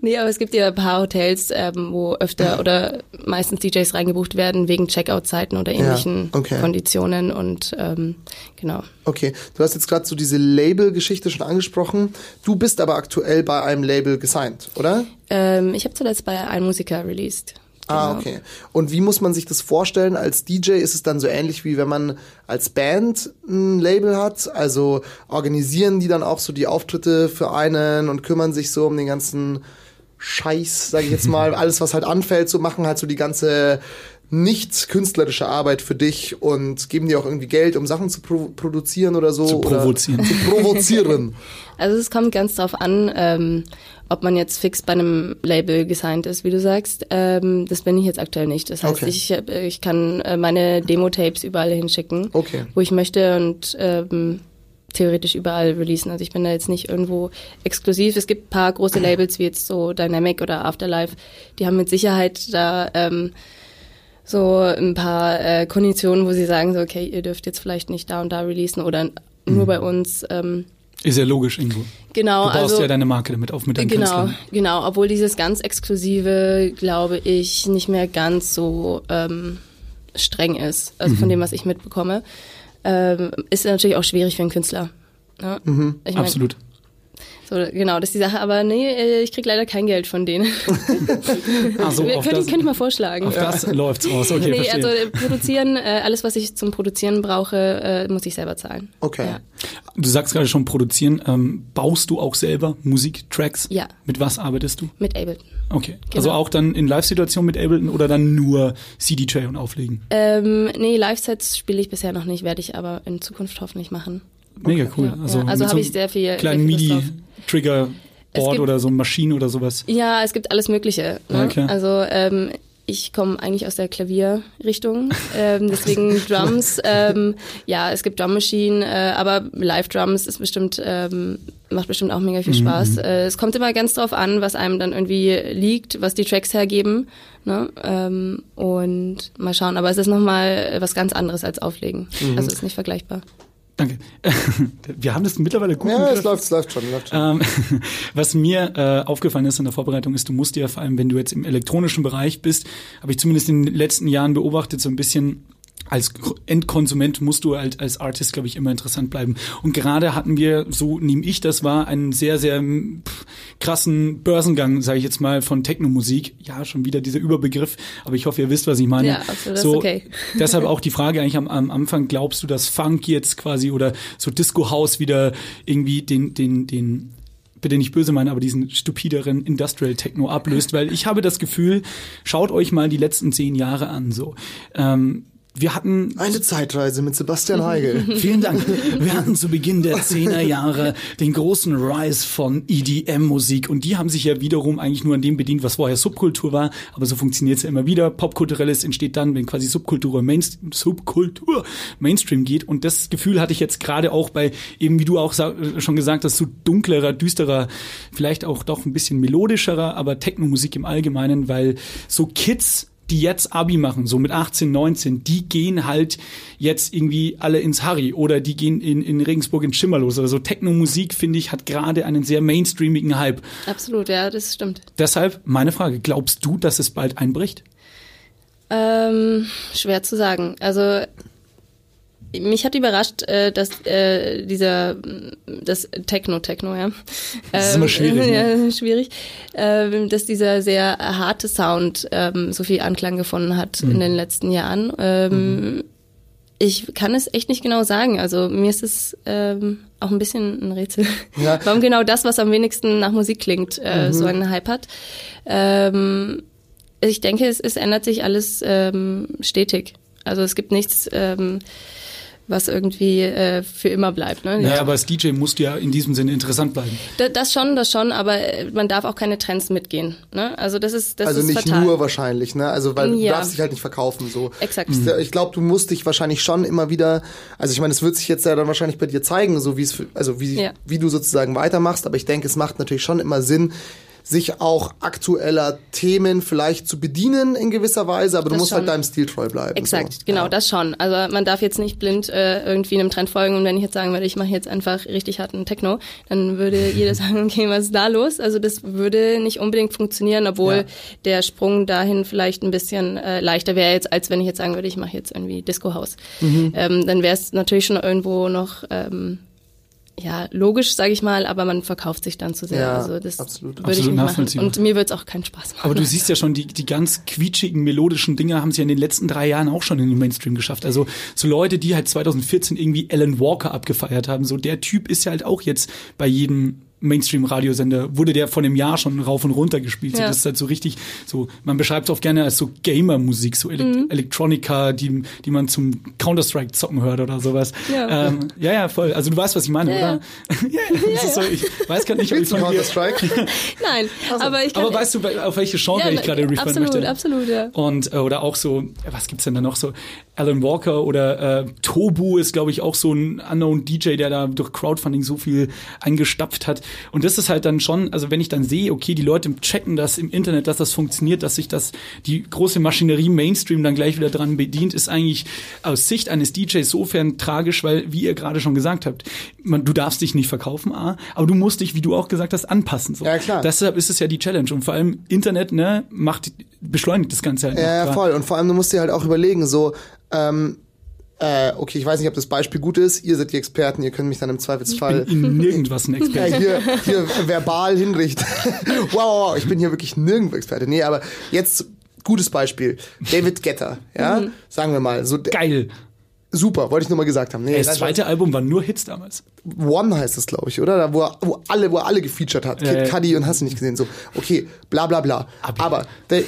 nee, aber es gibt ja ein paar Hotels, ähm, wo öfter oder meistens DJs reingebucht werden wegen Checkout-Zeiten oder ähnlichen
okay.
Konditionen und ähm, genau.
Okay, du hast jetzt gerade so diese Label-Geschichte schon angesprochen. Du bist aber aktuell bei einem Label gesigned, oder?
Ähm, ich habe zuletzt bei Ein Musiker released.
Ah,
Genau.
okay. Und wie muss man sich das vorstellen? Als DJ ist es dann so ähnlich wie wenn man als Band ein Label hat. Also organisieren die dann auch so die Auftritte für einen und kümmern sich so um den ganzen Scheiß, sage ich jetzt mal, alles was halt anfällt, so machen halt so die ganze nicht künstlerische Arbeit für dich und geben dir auch irgendwie Geld, um Sachen zu pro produzieren oder so.
Zu provozieren.
Oder zu provozieren.
Also es kommt ganz drauf an, ähm, ob man jetzt fix bei einem Label gesigned ist, wie du sagst. Ähm, das bin ich jetzt aktuell nicht. Das heißt,
Okay.
ich, hab- ich kann äh, meine Demo-Tapes überall hinschicken,
Okay.
wo ich möchte und ähm, theoretisch überall releasen. Also ich bin da jetzt nicht irgendwo exklusiv. Es gibt ein paar große Labels wie jetzt so Dynamic oder Afterlife, die haben mit Sicherheit da ähm, so ein paar äh, Konditionen, wo sie sagen, so, okay, ihr dürft jetzt vielleicht nicht da und da releasen
Mhm.
oder nur bei uns. Ähm,
Ist ja logisch irgendwo.
Genau,
Du baust
also
ja deine Marke damit auf mit deinen
genau,
Künstlern.
genau, obwohl dieses ganz exklusive, glaube ich, nicht mehr ganz so ähm, streng ist, also
Mhm.
von dem, was ich mitbekomme, ähm, ist natürlich auch schwierig für einen Künstler. Ne? Ich mein,
Mhm. Absolut.
So, genau, das ist die Sache. Aber nee, äh, ich krieg leider kein Geld von denen.
Also
Wir-
auf Oh,
Könnte
das,
könnte ich mal vorschlagen.
auf das läuft's raus. Okay,
nee,
verstehe.
also äh, produzieren, äh, alles, was ich zum Produzieren brauche, äh, muss ich selber zahlen.
Okay.
Ja.
du sagst gerade schon produzieren. Ähm, baust du auch selber Musiktracks?
Ja. Genau.
Mit was arbeitest du?
Mit Ableton.
Okay. Also auch dann in Live-Situationen mit Ableton oder dann nur CDJ und auflegen.
Ähm, nee, Live-Sets spiele ich bisher noch nicht, werde ich aber in Zukunft hoffentlich machen.
Mega cool.
Ja,
Also,
ja. also
mit
habe
so
ich sehr viel.
kleinen
sehr viel Lust drauf. Es
MIDI-Trigger-Board
gibt-
oder so Maschinen oder sowas.
Ja, es gibt alles Mögliche. Ne?
Ja, klar.
Also ähm, ich komme eigentlich aus der Klavierrichtung, ähm, deswegen Drums. Ähm, ja, es gibt Drum Machine, äh, aber Live Drums ist bestimmt ähm, macht bestimmt auch mega viel
Mhm,
Spaß. Äh, es kommt immer ganz drauf an, was einem dann irgendwie liegt, was die Tracks hergeben. Ne? Ähm, und mal schauen. Aber es ist nochmal was ganz anderes als Auflegen.
Mhm.
Also es ist nicht vergleichbar.
Danke. Wir haben das mittlerweile gut im
Ja, es
Griff.
läuft, es läuft schon. Läuft schon.
Ähm, was mir äh, aufgefallen ist in der Vorbereitung ist, du musst dir vor allem, wenn du jetzt im elektronischen Bereich bist, habe ich zumindest in den letzten Jahren beobachtet, so ein bisschen als Gr- Endkonsument musst du halt als Artist, glaube ich, immer interessant bleiben. Und gerade hatten wir, so nehme ich das war, einen sehr, sehr mm, pff, krassen Börsengang, sage ich jetzt mal, von Technomusik. Ja, schon wieder dieser Überbegriff, aber ich hoffe, ihr wisst, was ich meine.
Ja, absolut, das ist okay.
Deshalb auch die Frage eigentlich am, am Anfang, glaubst du, dass Funk jetzt quasi oder so Disco House wieder irgendwie den, den, den, bitte nicht böse meinen, aber diesen stupideren Industrial Techno ablöst? Weil ich habe das Gefühl, schaut euch mal die letzten zehn Jahre an, so. Ähm, wir hatten
Eine Zeitreise mit Sebastian Heigel.
Vielen Dank. Wir hatten zu Beginn der 10er Jahre den großen Rise von E EDM-Musik und die haben sich ja wiederum eigentlich nur an dem bedient, was vorher Subkultur war, aber so funktioniert's ja immer wieder. Popkulturelles entsteht dann, wenn quasi Subkultur, oder Mainst Subkultur Mainstream geht und das Gefühl hatte ich jetzt gerade auch bei, eben wie du auch sa- schon gesagt hast, so dunklerer, düsterer, vielleicht auch doch ein bisschen melodischerer, aber Techno-Musik im Allgemeinen, weil so Kids die jetzt Abi machen, so mit 18, 19, die gehen halt jetzt irgendwie alle ins Harry oder die gehen in, in Regensburg in Schimmerlos oder so. Techno-Musik, finde ich, hat gerade einen sehr mainstreamigen Hype.
Absolut, ja, das stimmt.
Deshalb meine Frage, glaubst du, dass es bald einbricht?
Ähm, schwer zu sagen. Also mich hat überrascht, äh, dass äh, dieser das Techno Techno ja.
Das ist immer schwierig, ne?
Ja, schwierig. Ähm, dass dieser sehr harte Sound ähm, so viel Anklang gefunden hat
Mhm.
in den letzten Jahren. Ähm, Ich kann es echt nicht genau sagen. Also mir ist es ähm, auch ein bisschen ein Rätsel,
Ja.
warum genau das, was am wenigsten nach Musik klingt,
Mhm.
äh, so einen Hype hat. Ähm, ich denke, es, es ändert sich alles ähm, stetig. Also es gibt nichts, ähm, was irgendwie äh, für immer bleibt. Ne?
Naja, aber als DJ musst du ja in diesem Sinne interessant bleiben.
Da- Das schon, das schon, aber äh, man darf auch keine Trends mitgehen. Ne? Also das ist das
Also
ist
nicht
fatal.
nur wahrscheinlich, ne? Also weil du
Ja.
darfst dich halt nicht verkaufen so.
Exakt.
Ich, ich glaube, du musst dich wahrscheinlich schon immer wieder, also ich meine, es wird sich jetzt ja dann wahrscheinlich bei dir zeigen, so wie es für- also wie
Ja.
wie du sozusagen weitermachst, aber ich denke, es macht natürlich schon immer Sinn sich auch aktueller Themen vielleicht zu bedienen in gewisser Weise, aber du
Das
musst
schon.
halt deinem Stil treu bleiben.
Also
Exakt,
so.
genau, das schon. Also man darf jetzt nicht blind äh, irgendwie einem Trend folgen und wenn ich jetzt sagen würde, ich mache jetzt einfach richtig harten Techno, dann würde jeder sagen, okay, was ist da los? Also das würde nicht unbedingt funktionieren, obwohl
Ja.
der Sprung dahin vielleicht ein bisschen äh, leichter wäre jetzt, als wenn ich jetzt sagen würde, ich mache jetzt irgendwie Disco House.
Mhm.
Ähm, dann wäre es natürlich schon irgendwo noch ähm, ja logisch, sage ich mal, aber man verkauft sich dann zu sehr.
Ja,
also das
absolut.
würde ich
Absolut
nicht machen.
nachvollziehbar.
Und mir wird es auch keinen Spaß machen.
Aber du siehst ja schon, die, die ganz quietschigen, melodischen Dinger haben sie ja in den letzten drei Jahren auch schon in den Mainstream geschafft. Also so Leute, die halt 2014 irgendwie Alan Walker abgefeiert haben, so der Typ ist ja halt auch jetzt bei jedem Mainstream-Radiosender, wurde der vor dem Jahr schon rauf und runter gespielt. So,
Ja.
das ist halt so richtig, so man beschreibt es oft gerne als so Gamer-Musik, so Elekt
Mhm.
Elektronika, die, die man zum Counter-Strike-Zocken hört oder sowas. Ja.
Ja.
Ähm, ja, ja, voll. Also du weißt, was ich meine,
Ja,
oder? Ja, das ist so, ich weiß gar nicht, ob ich
Willst du
von dir...
Counter-Strike?
Nein,
Also,
aber ich kann
Aber weißt du, bei- auf welche Genre
Ja,
ich gerade referen
absolut,
möchte?
absolut, ja.
Und äh, oder auch so, ja, was gibt's denn da noch so? Alan Walker oder äh, Tobu ist, glaube ich, auch so ein unknown DJ, der da durch Crowdfunding so viel eingestapft hat. Und das ist halt dann schon, also wenn ich dann sehe, okay, die Leute checken das im Internet, dass das funktioniert, dass sich das die große Maschinerie Mainstream dann gleich wieder dran bedient, ist eigentlich aus Sicht eines DJs sofern tragisch, weil wie ihr gerade schon gesagt habt, man, du darfst dich nicht verkaufen, A, aber du musst dich, wie du auch gesagt hast, anpassen. So.
Ja, klar.
Das Deshalb ist es ja die Challenge und vor allem Internet ne, macht, beschleunigt das Ganze halt. noch.
Ja, ja,
Klar.
voll. Und vor allem, du musst dir halt auch überlegen, so, ähm, äh, okay, ich weiß nicht, ob das Beispiel gut ist. Ihr seid die Experten, ihr könnt mich dann im Zweifelsfall
In nirgendwas ein
ja,
Experte.
hier, hier verbal hinrichten. wow, wow, wow, ich bin hier wirklich nirgendwo Experte. Nee, aber jetzt gutes Beispiel. David Getter, ja, sagen wir mal. So, der-
Geil.
Super, wollte ich nur mal gesagt haben. Nee,
Ey, Das
das war-
zweite Album war nur Hits damals.
One heißt es, glaube ich, oder? Da, wo, er, wo, alle, wo er alle gefeatured hat.
Ja,
Kid
ja.
Cudi und hast du nicht gesehen. So, okay, bla bla bla.
Aber-
Aber, Da-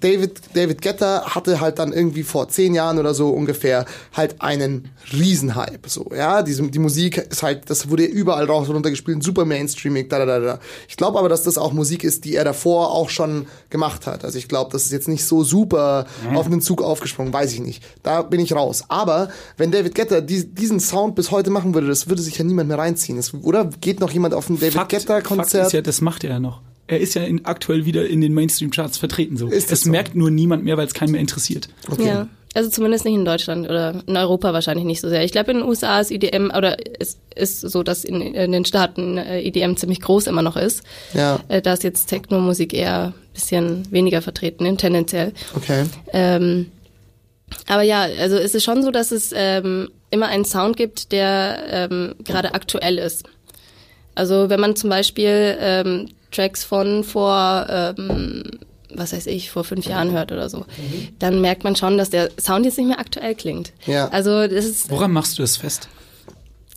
David, David Getter hatte halt dann irgendwie vor zehn Jahren oder so ungefähr halt einen Riesenhype. So, ja, diese, die Musik ist halt, das wurde überall rauf und runter gespielt, super mainstreamig, da da da da. Ich glaube aber, dass das auch Musik ist, die er davor auch schon gemacht hat. Also ich glaube, das ist jetzt nicht so super
Mhm.
auf einen Zug aufgesprungen, weiß ich nicht. Da bin ich raus. Aber wenn David Getter die, diesen Sound bis heute machen würde, das würde sich ja niemand mehr reinziehen. Das, oder geht noch jemand auf ein David
Fakt ist
Getter-Konzert?
ja, das macht er ja noch. Er ist ja in, aktuell wieder in den Mainstream-Charts vertreten. So.
Ist das
es
so?
merkt nur niemand mehr, weil es keinen mehr interessiert.
Ja. Also zumindest nicht in Deutschland oder in Europa wahrscheinlich nicht so sehr. Ich glaube, in den USA ist EDM oder es ist so, dass in, in den Staaten äh, EDM ziemlich groß immer noch ist.
Ja.
Äh, Da ist jetzt Techno-Musik eher ein bisschen weniger vertreten, ne, tendenziell.
Okay.
Ähm, aber ja, also es ist schon so, dass es ähm, immer einen Sound gibt, der ähm, gerade aktuell ist. Also wenn man zum Beispiel ähm, Tracks von vor, ähm, was weiß ich, vor fünf Jahren hört oder so, dann merkt man schon, dass der Sound jetzt nicht mehr aktuell klingt.
Mhm. Ja.
Also das ist
Woran machst du das fest?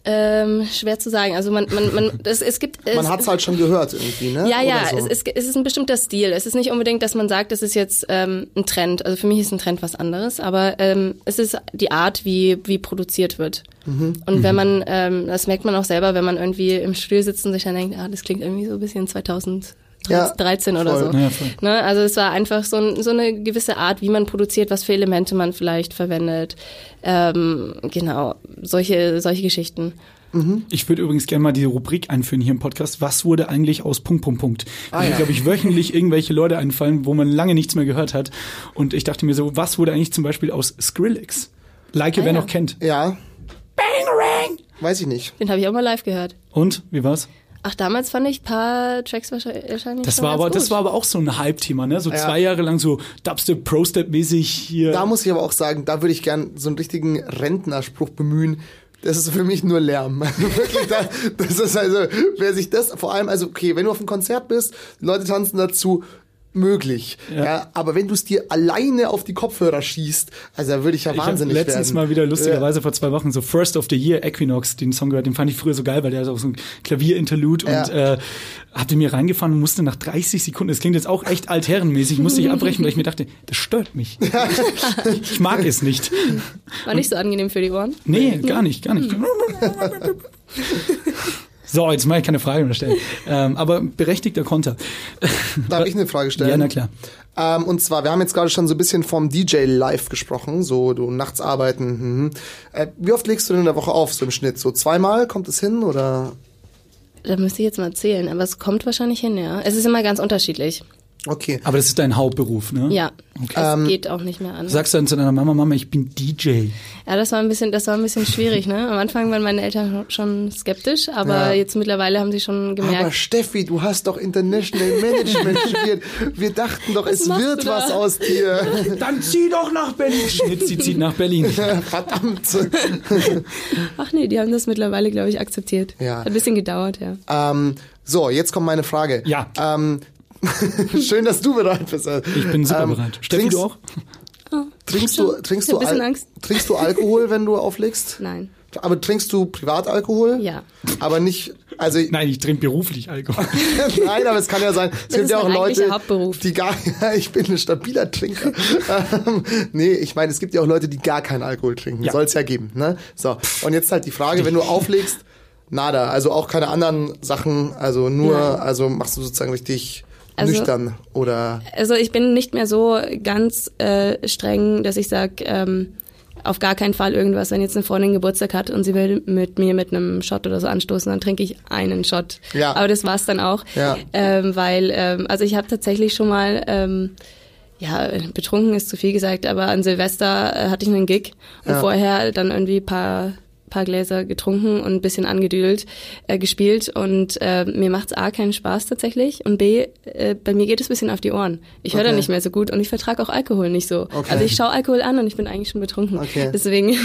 ähm, schwer zu sagen. Also man, man, man, das, es gibt
Man
es-
hat es halt schon gehört irgendwie, ne?
ja, ja,
Oder so.
es, ist, es ist ein bestimmter Stil. Es ist nicht unbedingt, dass man sagt, das ist jetzt ähm, ein Trend. Also für mich ist ein Trend was anderes, aber ähm, es ist die Art, wie, wie produziert wird.
Mhm.
Und wenn man, ähm, das merkt man auch selber, wenn man irgendwie im Studio sitzt und sich dann denkt, ah, das klingt irgendwie so ein bisschen 2013
Ja,
oder
voll.
so.
Ja, voll.
Ne? Also es war einfach so, ein, so eine gewisse Art, wie man produziert, was für Elemente man vielleicht verwendet. Ähm, genau, solche, solche Geschichten.
Ich würde übrigens gerne mal die Rubrik einführen hier im Podcast. Was wurde eigentlich aus Punkt, Punkt, Punkt? Ah,
ja.
glaube ich, wöchentlich irgendwelche Leute einfallen, wo man lange nichts mehr gehört hat. Und ich dachte mir so, was wurde eigentlich zum Beispiel aus Skrillex? Like, wer
ja.
noch kennt.
Ah, ja. Weiß ich nicht.
Den habe ich auch mal live gehört.
Und, wie war's?
Ach, damals fand ich ein paar Tracks wahrscheinlich.
Das
schon
war,
ganz
aber,
gut.
das war aber auch so ein Hype-Thema, ne? So zwei Jahre lang so Dubstep, Pro-Step-mäßig hier.
Da muss ich aber auch sagen, da würde ich gern so einen richtigen Rentnerspruch bemühen. Das ist für mich nur Lärm. Wirklich, da, das ist also, wer sich das, vor allem, also, okay, wenn du auf einem Konzert bist, Leute tanzen dazu, möglich. Ja. aber wenn du es dir alleine auf die Kopfhörer schießt, also da würde ich ja
Ich hab
wahnsinnig
letztens
werden.
mal wieder lustigerweise vor zwei Wochen so First of the Year Equinox, den Song gehört, den fand ich früher so geil, weil der hat auch so ein Klavierinterlude
Ja.
und äh, hatte mir reingefahren und musste nach 30 Sekunden, das klingt jetzt auch echt altherrenmäßig, musste ich abbrechen, weil ich mir dachte, das stört mich. ich mag es nicht.
War nicht so angenehm für die Ohren.
Nee, gar nicht, gar nicht. So, jetzt mache ich keine Frage mehr stellen. Ähm, aber berechtigter Konter.
Darf ich eine Frage stellen?
Ja, na klar.
Ähm, und zwar, wir haben jetzt gerade schon so ein bisschen vom DJ live gesprochen, so du nachts arbeiten. Mhm. Äh, wie oft legst du denn in der Woche auf, so im Schnitt? So zweimal kommt es hin oder?
Da müsste ich jetzt mal zählen, aber es kommt wahrscheinlich hin, ja. Es ist immer ganz unterschiedlich.
Okay.
Aber das ist dein Hauptberuf, ne?
Ja, es geht auch nicht mehr anders.
Sagst du dann zu deiner Mama, Mama, ich bin DJ.
Ja, das war ein bisschen, das war ein bisschen schwierig, ne? Am Anfang waren meine Eltern schon skeptisch, aber
Ja.
jetzt mittlerweile haben sie schon
Aber
gemerkt.
Steffi, du hast doch International Management studiert. Wir dachten doch, es
machst du
wird
da?
was aus dir.
Dann zieh doch nach Berlin. Schnitt, sie zieht nach Berlin.
Verdammt.
Ach nee, die haben das mittlerweile, glaube ich, akzeptiert.
Ja.
Hat ein bisschen gedauert, ja.
ähm, so, jetzt kommt meine Frage.
Ja.
Ähm, schön, dass du bereit bist.
Ich bin super
Ähm,
bereit. Steffi,
trinkst-
du auch?
Trinkst du, trinkst,
Ich
du
hab ein bisschen
Al
Angst.
trinkst du Alkohol, wenn du auflegst?
Nein.
Aber trinkst du Privatalkohol?
Ja.
Aber nicht, also
Nein, ich trinke beruflich Alkohol.
Nein, aber es kann ja sein. Es gibt
ist
ja auch
mein eigentlicher
Leute,
Hauptberuf.
die gar. ich bin ein stabiler Trinker. ähm, nee, ich meine, es gibt ja auch Leute, die gar keinen Alkohol trinken.
Ja.
Soll es ja geben. Ne? So, und jetzt halt die Frage, wenn du auflegst, nada, also auch keine anderen Sachen, also nur,
Nein.
also machst du sozusagen richtig
Also-
nüchtern oder.
Also ich bin nicht mehr so ganz äh, streng, dass ich sage, ähm, auf gar keinen Fall irgendwas, wenn jetzt eine Freundin Geburtstag hat und sie will mit mir mit einem Shot oder so anstoßen, dann trinke ich einen Shot.
Ja.
Aber das war's dann auch.
Ja.
Ähm, weil, ähm, also ich habe tatsächlich schon mal, ähm, ja, betrunken ist zu viel gesagt, aber an Silvester äh, hatte ich einen Gig und
Ja.
vorher dann irgendwie ein paar paar Gläser getrunken und ein bisschen angedüdelt äh, gespielt und äh, mir macht's A keinen Spaß tatsächlich und B, äh, bei mir geht es ein bisschen auf die Ohren. Ich höre da
Okay.
nicht mehr so gut und ich vertrage auch Alkohol nicht so.
Okay.
Also ich schaue Alkohol an und ich bin eigentlich schon betrunken.
Okay.
Deswegen, ähm,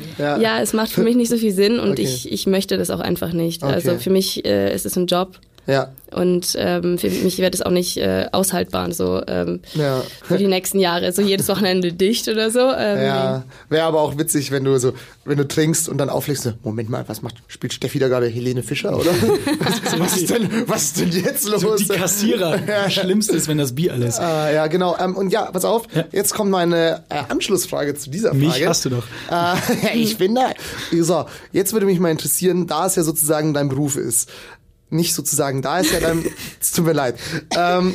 Stabil.
Ja.
ja. es macht für mich nicht so viel Sinn und
Okay.
ich, ich möchte das auch einfach nicht. Also
Okay.
für mich äh, ist es ein Job
Ja.
Und ähm, für mich wäre das auch nicht äh, aushaltbar, so ähm,
Ja.
für die nächsten Jahre. So jedes Wochenende dicht oder so. Ähm,
Ja, wäre aber auch witzig, wenn du so, wenn du trinkst und dann auflegst, so, Moment mal, was macht, spielt Steffi da gerade Helene Fischer, oder? was, was, ist denn, was ist denn jetzt los?
So die Kassierer. Schlimmste ist, wenn das Bier alles.
Äh, ja, genau. Ähm, und ja, pass auf, jetzt kommt meine äh, Anschlussfrage zu dieser Frage.
Mich hast du doch.
Äh, ich bin da. So, jetzt würde mich mal interessieren, da es ja sozusagen dein Beruf ist. Nicht sozusagen, da es ja dein, es tut mir leid, ähm,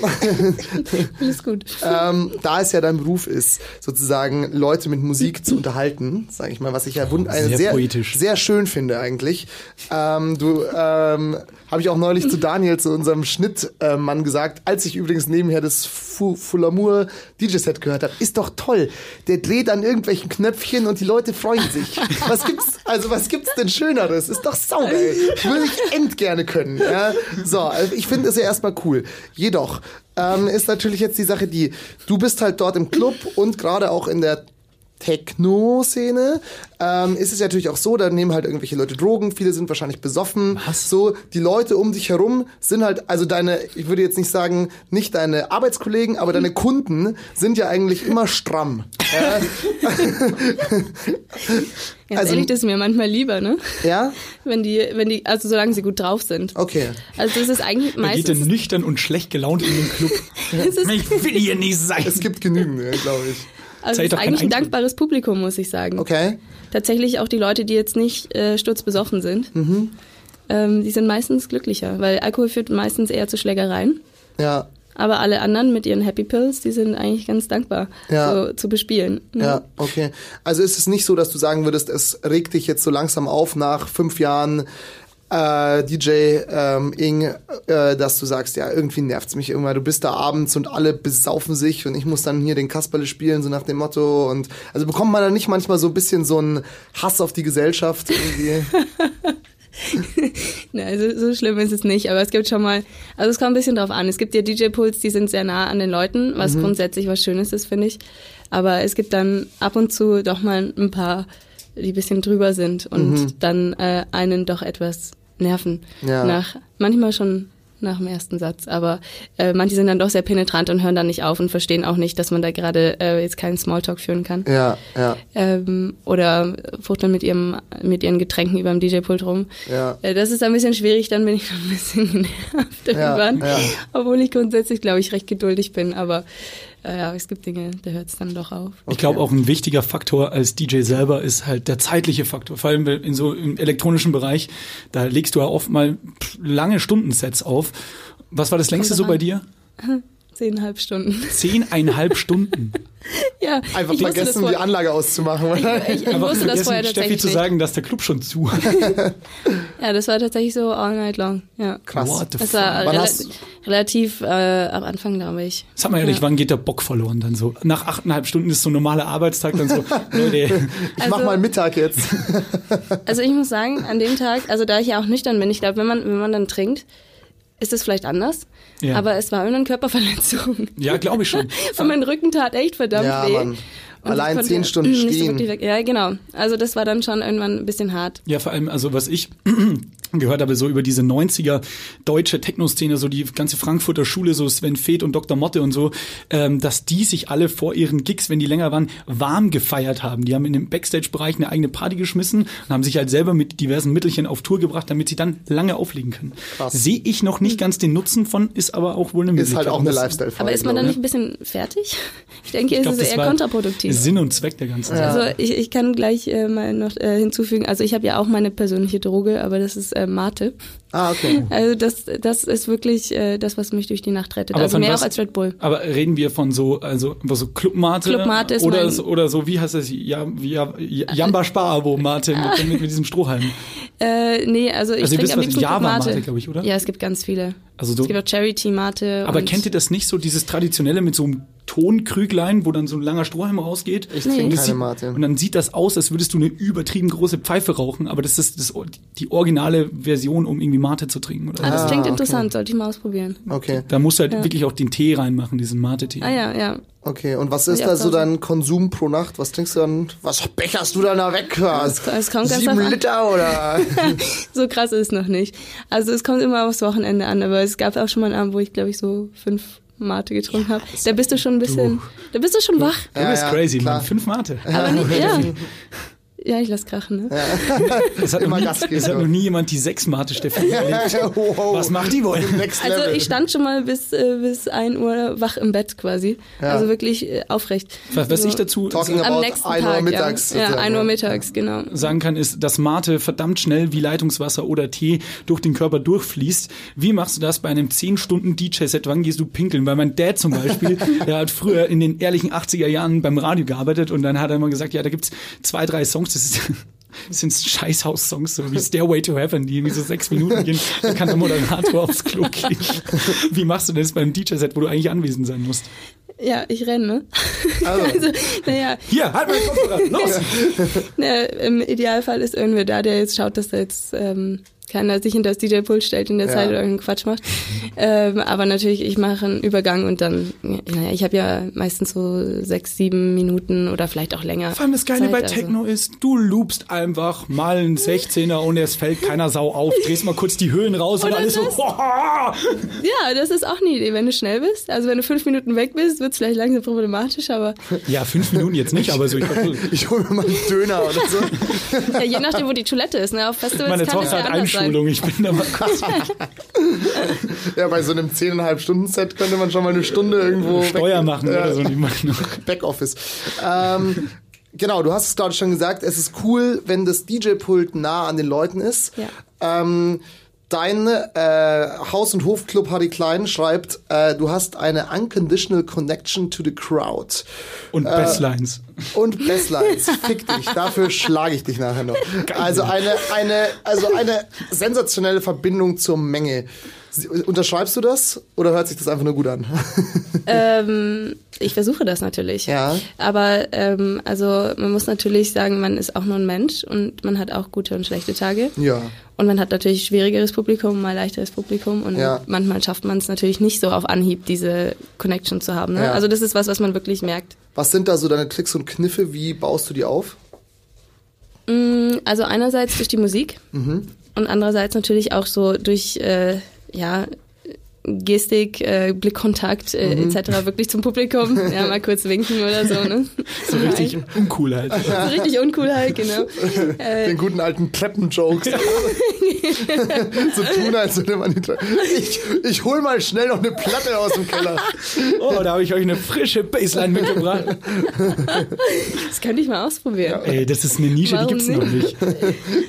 Alles gut.
ähm, da es ja dein Beruf ist, sozusagen Leute mit Musik zu unterhalten, sage ich mal, was ich ja wund äh,
Sehr
sehr,
poetisch.
sehr schön finde eigentlich. Ähm, du ähm, habe ich auch neulich zu Daniel, zu unserem Schnittmann äh, Mann gesagt, als ich übrigens nebenher das Fu- Fulamour DJ-Set gehört habe, ist doch toll. Der dreht an irgendwelchen Knöpfchen und die Leute freuen sich. Was gibt's, also was gibt's denn Schöneres? Ist doch sauber, ey. Würde ich endgerne können. Ja? So, also ich finde es ja erstmal cool. Jedoch ähm, ist natürlich jetzt die Sache die, du bist halt dort im Club und gerade auch in der Techno-Szene ähm, ist es ja natürlich auch so, da nehmen halt irgendwelche Leute Drogen, viele sind wahrscheinlich besoffen. So, die Leute um dich herum sind halt, also deine, ich würde jetzt nicht sagen, nicht deine Arbeitskollegen, aber deine Kunden sind ja eigentlich immer stramm. Äh,
Ganz
also-
ehrlich, das ist mir manchmal lieber, ne?
Ja?
Wenn die, wenn die, also solange sie gut drauf sind.
Okay.
Also das ist eigentlich
Da geht er
meistens.
nüchtern und schlecht gelaunt in den Club.
Es ist,
Ich will hier nicht sein.
Es gibt genügend, glaube ich.
also
Zeig
es ist
doch keinen
eigentlich ein
Eindruck.
dankbares Publikum, muss ich sagen.
Okay.
Tatsächlich auch die Leute, die jetzt nicht äh, sturzbesoffen sind,
Mhm.
ähm, die sind meistens glücklicher, weil Alkohol führt meistens eher zu Schlägereien.
Ja.
Aber alle anderen mit ihren Happy Pills, die sind eigentlich ganz dankbar,
Ja.
so zu bespielen. ne?
Ja, okay. Also ist es nicht so, dass du sagen würdest, es regt dich jetzt so langsam auf nach fünf Jahren äh, DJ ähm, Ing, äh, dass du sagst, ja, irgendwie nervt's mich irgendwann. Du bist da abends und alle besaufen sich und ich muss dann hier den Kasperle spielen, so nach dem Motto. Und also bekommt man dann nicht manchmal so ein bisschen so einen Hass auf die Gesellschaft irgendwie.
Ne, so, so schlimm ist es nicht, aber es gibt schon mal, also es kommt ein bisschen drauf an. Es gibt ja DJ-Puls, die sind sehr nah an den Leuten, was grundsätzlich was Schönes ist, finde ich. Aber es gibt dann ab und zu doch mal ein paar, die ein bisschen drüber sind und dann äh, einen doch etwas nerven.
Ja.
Nach, manchmal schon nach dem ersten Satz, aber äh, manche sind dann doch sehr penetrant und hören dann nicht auf und verstehen auch nicht, dass man da gerade äh, jetzt keinen Smalltalk führen kann
ja, ja.
ähm, oder fuchteln mit ihrem mit ihren Getränken über dem DJ-Pult rum.
Ja.
Äh, das ist ein bisschen schwierig, dann bin ich schon ein bisschen genervt irgendwann.
ja.
Obwohl ich grundsätzlich, glaube ich, recht geduldig bin, aber äh, ja, es gibt Dinge, da hört es dann doch auf.
Ich glaube auch ein wichtiger Faktor als DJ selber ist halt der zeitliche Faktor. Vor allem in so im elektronischen Bereich, da legst du ja oft mal pff, lange Stundensets auf. Was war das längste so
drauf
bei
an.
dir?
Zehneinhalb Stunden.
Zehneinhalb Stunden.
ja,
Einfach
ich wusste das Also
vergessen, die
vorher-
Anlage auszumachen. Oder?
ich, ich wusste das vorher
Steffi
tatsächlich
zu
nicht.
sagen, dass der Club schon zu hat.
Ja, das war tatsächlich so all night long. Ja.
Krass.
What the
Das
fuck?
war
Wann
rela
hast-
relativ äh, am Anfang, glaube ich.
Sag mal ehrlich, wann geht der Bock verloren dann so? Nach achteinhalb Stunden ist so ein normaler Arbeitstag dann so, Leute,
Ich mach
Also-
mal Mittag jetzt.
Also ich muss sagen, an dem Tag, also da ich ja auch nüchtern bin, ich glaube, wenn man, wenn man dann trinkt, ist es vielleicht anders.
Ja.
Aber es war immer eine Körperverletzung.
ja, glaube ich schon.
Und mein Rücken tat echt verdammt
Ja,
weh.
Mann.
Und ich
Allein
konnte
zehn Stunden
nicht so
stehen.
wirklich weg- ja, genau. Also das war dann schon irgendwann ein bisschen hart.
Ja, vor allem, also was ich gehört habe, so über diese 90er deutsche Techno-Szene, so die ganze Frankfurter Schule, so Sven Feth und Dr. Motte und so, ähm, dass die sich alle vor ihren Gigs, wenn die länger waren, warm gefeiert haben. Die haben in dem Backstage-Bereich eine eigene Party geschmissen und haben sich halt selber mit diversen Mittelchen auf Tour gebracht, damit sie dann lange auflegen können. Sehe ich noch nicht ganz den Nutzen von, ist aber auch wohl eine
Mhm. Ist
Möglichkeit.
halt auch
Und
eine
das-
Lifestyle-Frage.
Aber ist man dann
glaub
nicht ein bisschen fertig? Ich denke,
ne? Ich glaub,
es ist
das
eher
war
kontraproduktiv.
Sinn und Zweck der ganzen Sache.
Also ich, ich kann gleich äh, mal noch äh, hinzufügen, also ich habe ja auch meine persönliche Droge, aber das ist äh, Mate.
ich. Ah, okay.
Also das, das ist wirklich äh, das, was mich durch die Nacht rettet. also
von
mehr
was-
auch als Red Bull.
Aber reden wir von so, also was so Clubmate
Clubmate ist
oder
mein-
so, oder so, wie heißt das? Ja, ja, ja, Jamba Sparabo Mate mit, mit, mit diesem Strohhalm.
Äh, nee, also ich
Also ihr
trinke
wisst,
am
was
liebsten
Java-Mate,
Mate.
glaub ich, oder?
Ja, es gibt ganz viele.
Also so-
es gibt auch Charity-Mate.
Aber
und-
kennt ihr das nicht so dieses traditionelle mit so einem Tonkrüglein, wo dann so ein langer Strohhalm rausgeht? Ich
trinke keine
sieht,
Mate.
Und dann sieht das aus, als würdest du eine übertrieben große Pfeife rauchen, aber das ist das, die originale Version, um irgendwie Mate zu trinken oder
Ah,
so.
das klingt
okay.
Ah,
interessant, sollte ich mal ausprobieren.
Okay.
Da musst du halt wirklich auch den Tee reinmachen, diesen Mate-Tee.
Ah ja, ja.
Okay, und was ist
Ja,
da so
1000.
dein Konsum pro Nacht? Was trinkst du dann? Was becherst du dann da weg? Was?
Es kommt ganz
Sieben
drauf an.
Liter oder?
So krass ist es noch nicht. Also es kommt immer aufs Wochenende an, aber es gab auch schon mal einen Abend, wo ich glaube ich so fünf Mate getrunken habe. Da bist du schon ein bisschen, da bist du schon wach.
Du bist
ja,
crazy,
klar.
Mann. Fünf Mate.
Aber nicht, ja. ja, ich lass krachen. Ne?
Es hat,
Immer
noch nie,
Gas geben,
es hat
ja.
noch nie jemand die sechs Mate Steffi gelegt.
wow.
Was macht die wohl?
Next
Also
ne?
Level.
ich stand schon mal bis, äh, bis 1 Uhr wach im Bett quasi. Also wirklich äh, aufrecht.
Was, was
so.
ich dazu
Talking
am
about
nächsten
1
Tag,
Uhr mittags.
Ja, ja
sozusagen,
1 Uhr mittags, genau.
sagen kann, ist, dass Mate verdammt schnell wie Leitungswasser oder Tee durch den Körper durchfließt. Wie machst du das bei einem 10-Stunden-DJ-Set? Wann gehst du pinkeln? Weil mein Dad zum Beispiel, der hat früher in den ehrlichen 80er Jahren beim Radio gearbeitet und dann hat er immer gesagt, ja, da gibt's zwei, drei Songs, das ist... Das sind Scheißhaus-Songs, so wie Stairway to Heaven, die irgendwie so sechs Minuten gehen. Da kann der Moderator aufs Klo gehen. Wie machst du das beim DJ-Set, wo du eigentlich anwesend sein musst?
Ja, ich renne. Also, naja,
Hier, halt mal den Kopfhörer, los!
naja, im Idealfall ist irgendwer da, der jetzt schaut, dass da jetzt ähm, keiner sich hinter das DJ-Pult stellt in der
Ja.
Zeit oder irgendeinen Quatsch macht. ähm, aber natürlich, ich mache einen Übergang und dann, naja, ich habe ja meistens so sechs, sieben Minuten oder vielleicht auch länger.
Vor allem das Geile
Zeit,
bei
also.
Techno ist, du loopst einfach mal einen 16er und es fällt keiner Sau auf. Drehst mal kurz die Höhen raus und,
Oder
alles so.
das? Ja, das ist auch eine Idee, wenn du schnell bist. Also wenn du fünf Minuten weg bist, wird es vielleicht langsam problematisch, aber
Ja, fünf Minuten jetzt nicht, aber so. Ich,
Ich hole mir mal einen Döner oder so.
ja, je nachdem, wo die Toilette ist. Ne? Auf Festivals
meine
kann es ja
Tochter hat
anders sein.
Einschulung. Ich bin da mal kurz.
Ja, bei so einem 10,5 Stunden Set könnte man schon mal eine Stunde irgendwo weg-
Steuer machen oder so. ne? Die machen noch.
Backoffice. Ähm, genau, du hast es gerade schon gesagt, es ist cool, wenn das DJ-Pult nah an den Leuten ist.
Ja.
Ähm, dein äh, Haus- und Hofclub Harry Klein schreibt, äh, du hast eine unconditional connection to the crowd.
Und Basslines.
Und Basslines, fick dich, dafür schlage ich dich nachher noch. Also eine, eine, also eine sensationelle Verbindung zur Menge. Sie- Unterschreibst du das oder hört sich das einfach nur gut an?
Ähm, ich versuche das natürlich.
Ja.
Aber ähm, also man muss natürlich sagen, man ist auch nur ein Mensch und man hat auch gute und schlechte Tage.
Ja.
Und man hat natürlich schwierigeres Publikum, mal leichteres Publikum und
Ja.
manchmal schafft man es natürlich nicht so auf Anhieb, diese Connection zu haben. Ne?
Ja.
Also das ist was, was man wirklich merkt.
Was sind da so deine Tricks und Kniffe? Wie baust du die auf?
Also einerseits durch die Musik
Mhm.
und andererseits natürlich auch so durch äh, ja Gestik, äh, Blickkontakt
Mhm.
äh, etc. wirklich zum Publikum. Ja, mal kurz winken oder so. Ne?
So richtig uncool halt.
So richtig uncool halt, genau.
Den guten alten Treppenjokes. so tun, als würde man die Treppen. Ich, ich hol mal schnell noch eine Platte aus dem Keller.
Oh, da habe ich euch eine frische Bassline mitgebracht.
Das könnte ich mal ausprobieren.
Ey, das ist eine Nische,
Warum
die gibt's noch nicht.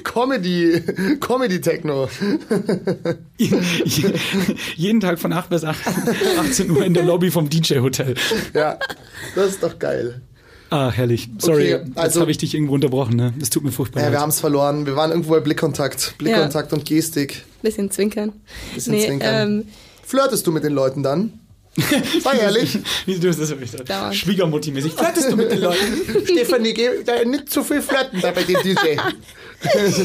Comedy, Comedy Techno.
Jeden Tag von 8 bis 8, 18 Uhr in der Lobby vom DJ-Hotel.
Ja, das ist doch geil.
Ah, herrlich. Sorry,
Okay,
jetzt
also-
habe ich dich irgendwo unterbrochen. Ne? Es tut mir furchtbar
Ja,
leid.
wir haben es verloren. Wir waren irgendwo bei Blickkontakt. Blickkontakt und Gestik.
Bisschen zwinkern.
Bisschen zwinkern.
Ähm,
Flirtest du mit den Leuten dann? Sei ehrlich.
Wie du es das wirklich sagst.
Dauernd.
Schwiegermutti-mäßig. Flirtest du mit den Leuten?
Stefanie, geh da nicht zu viel flirten da bei dem DJ.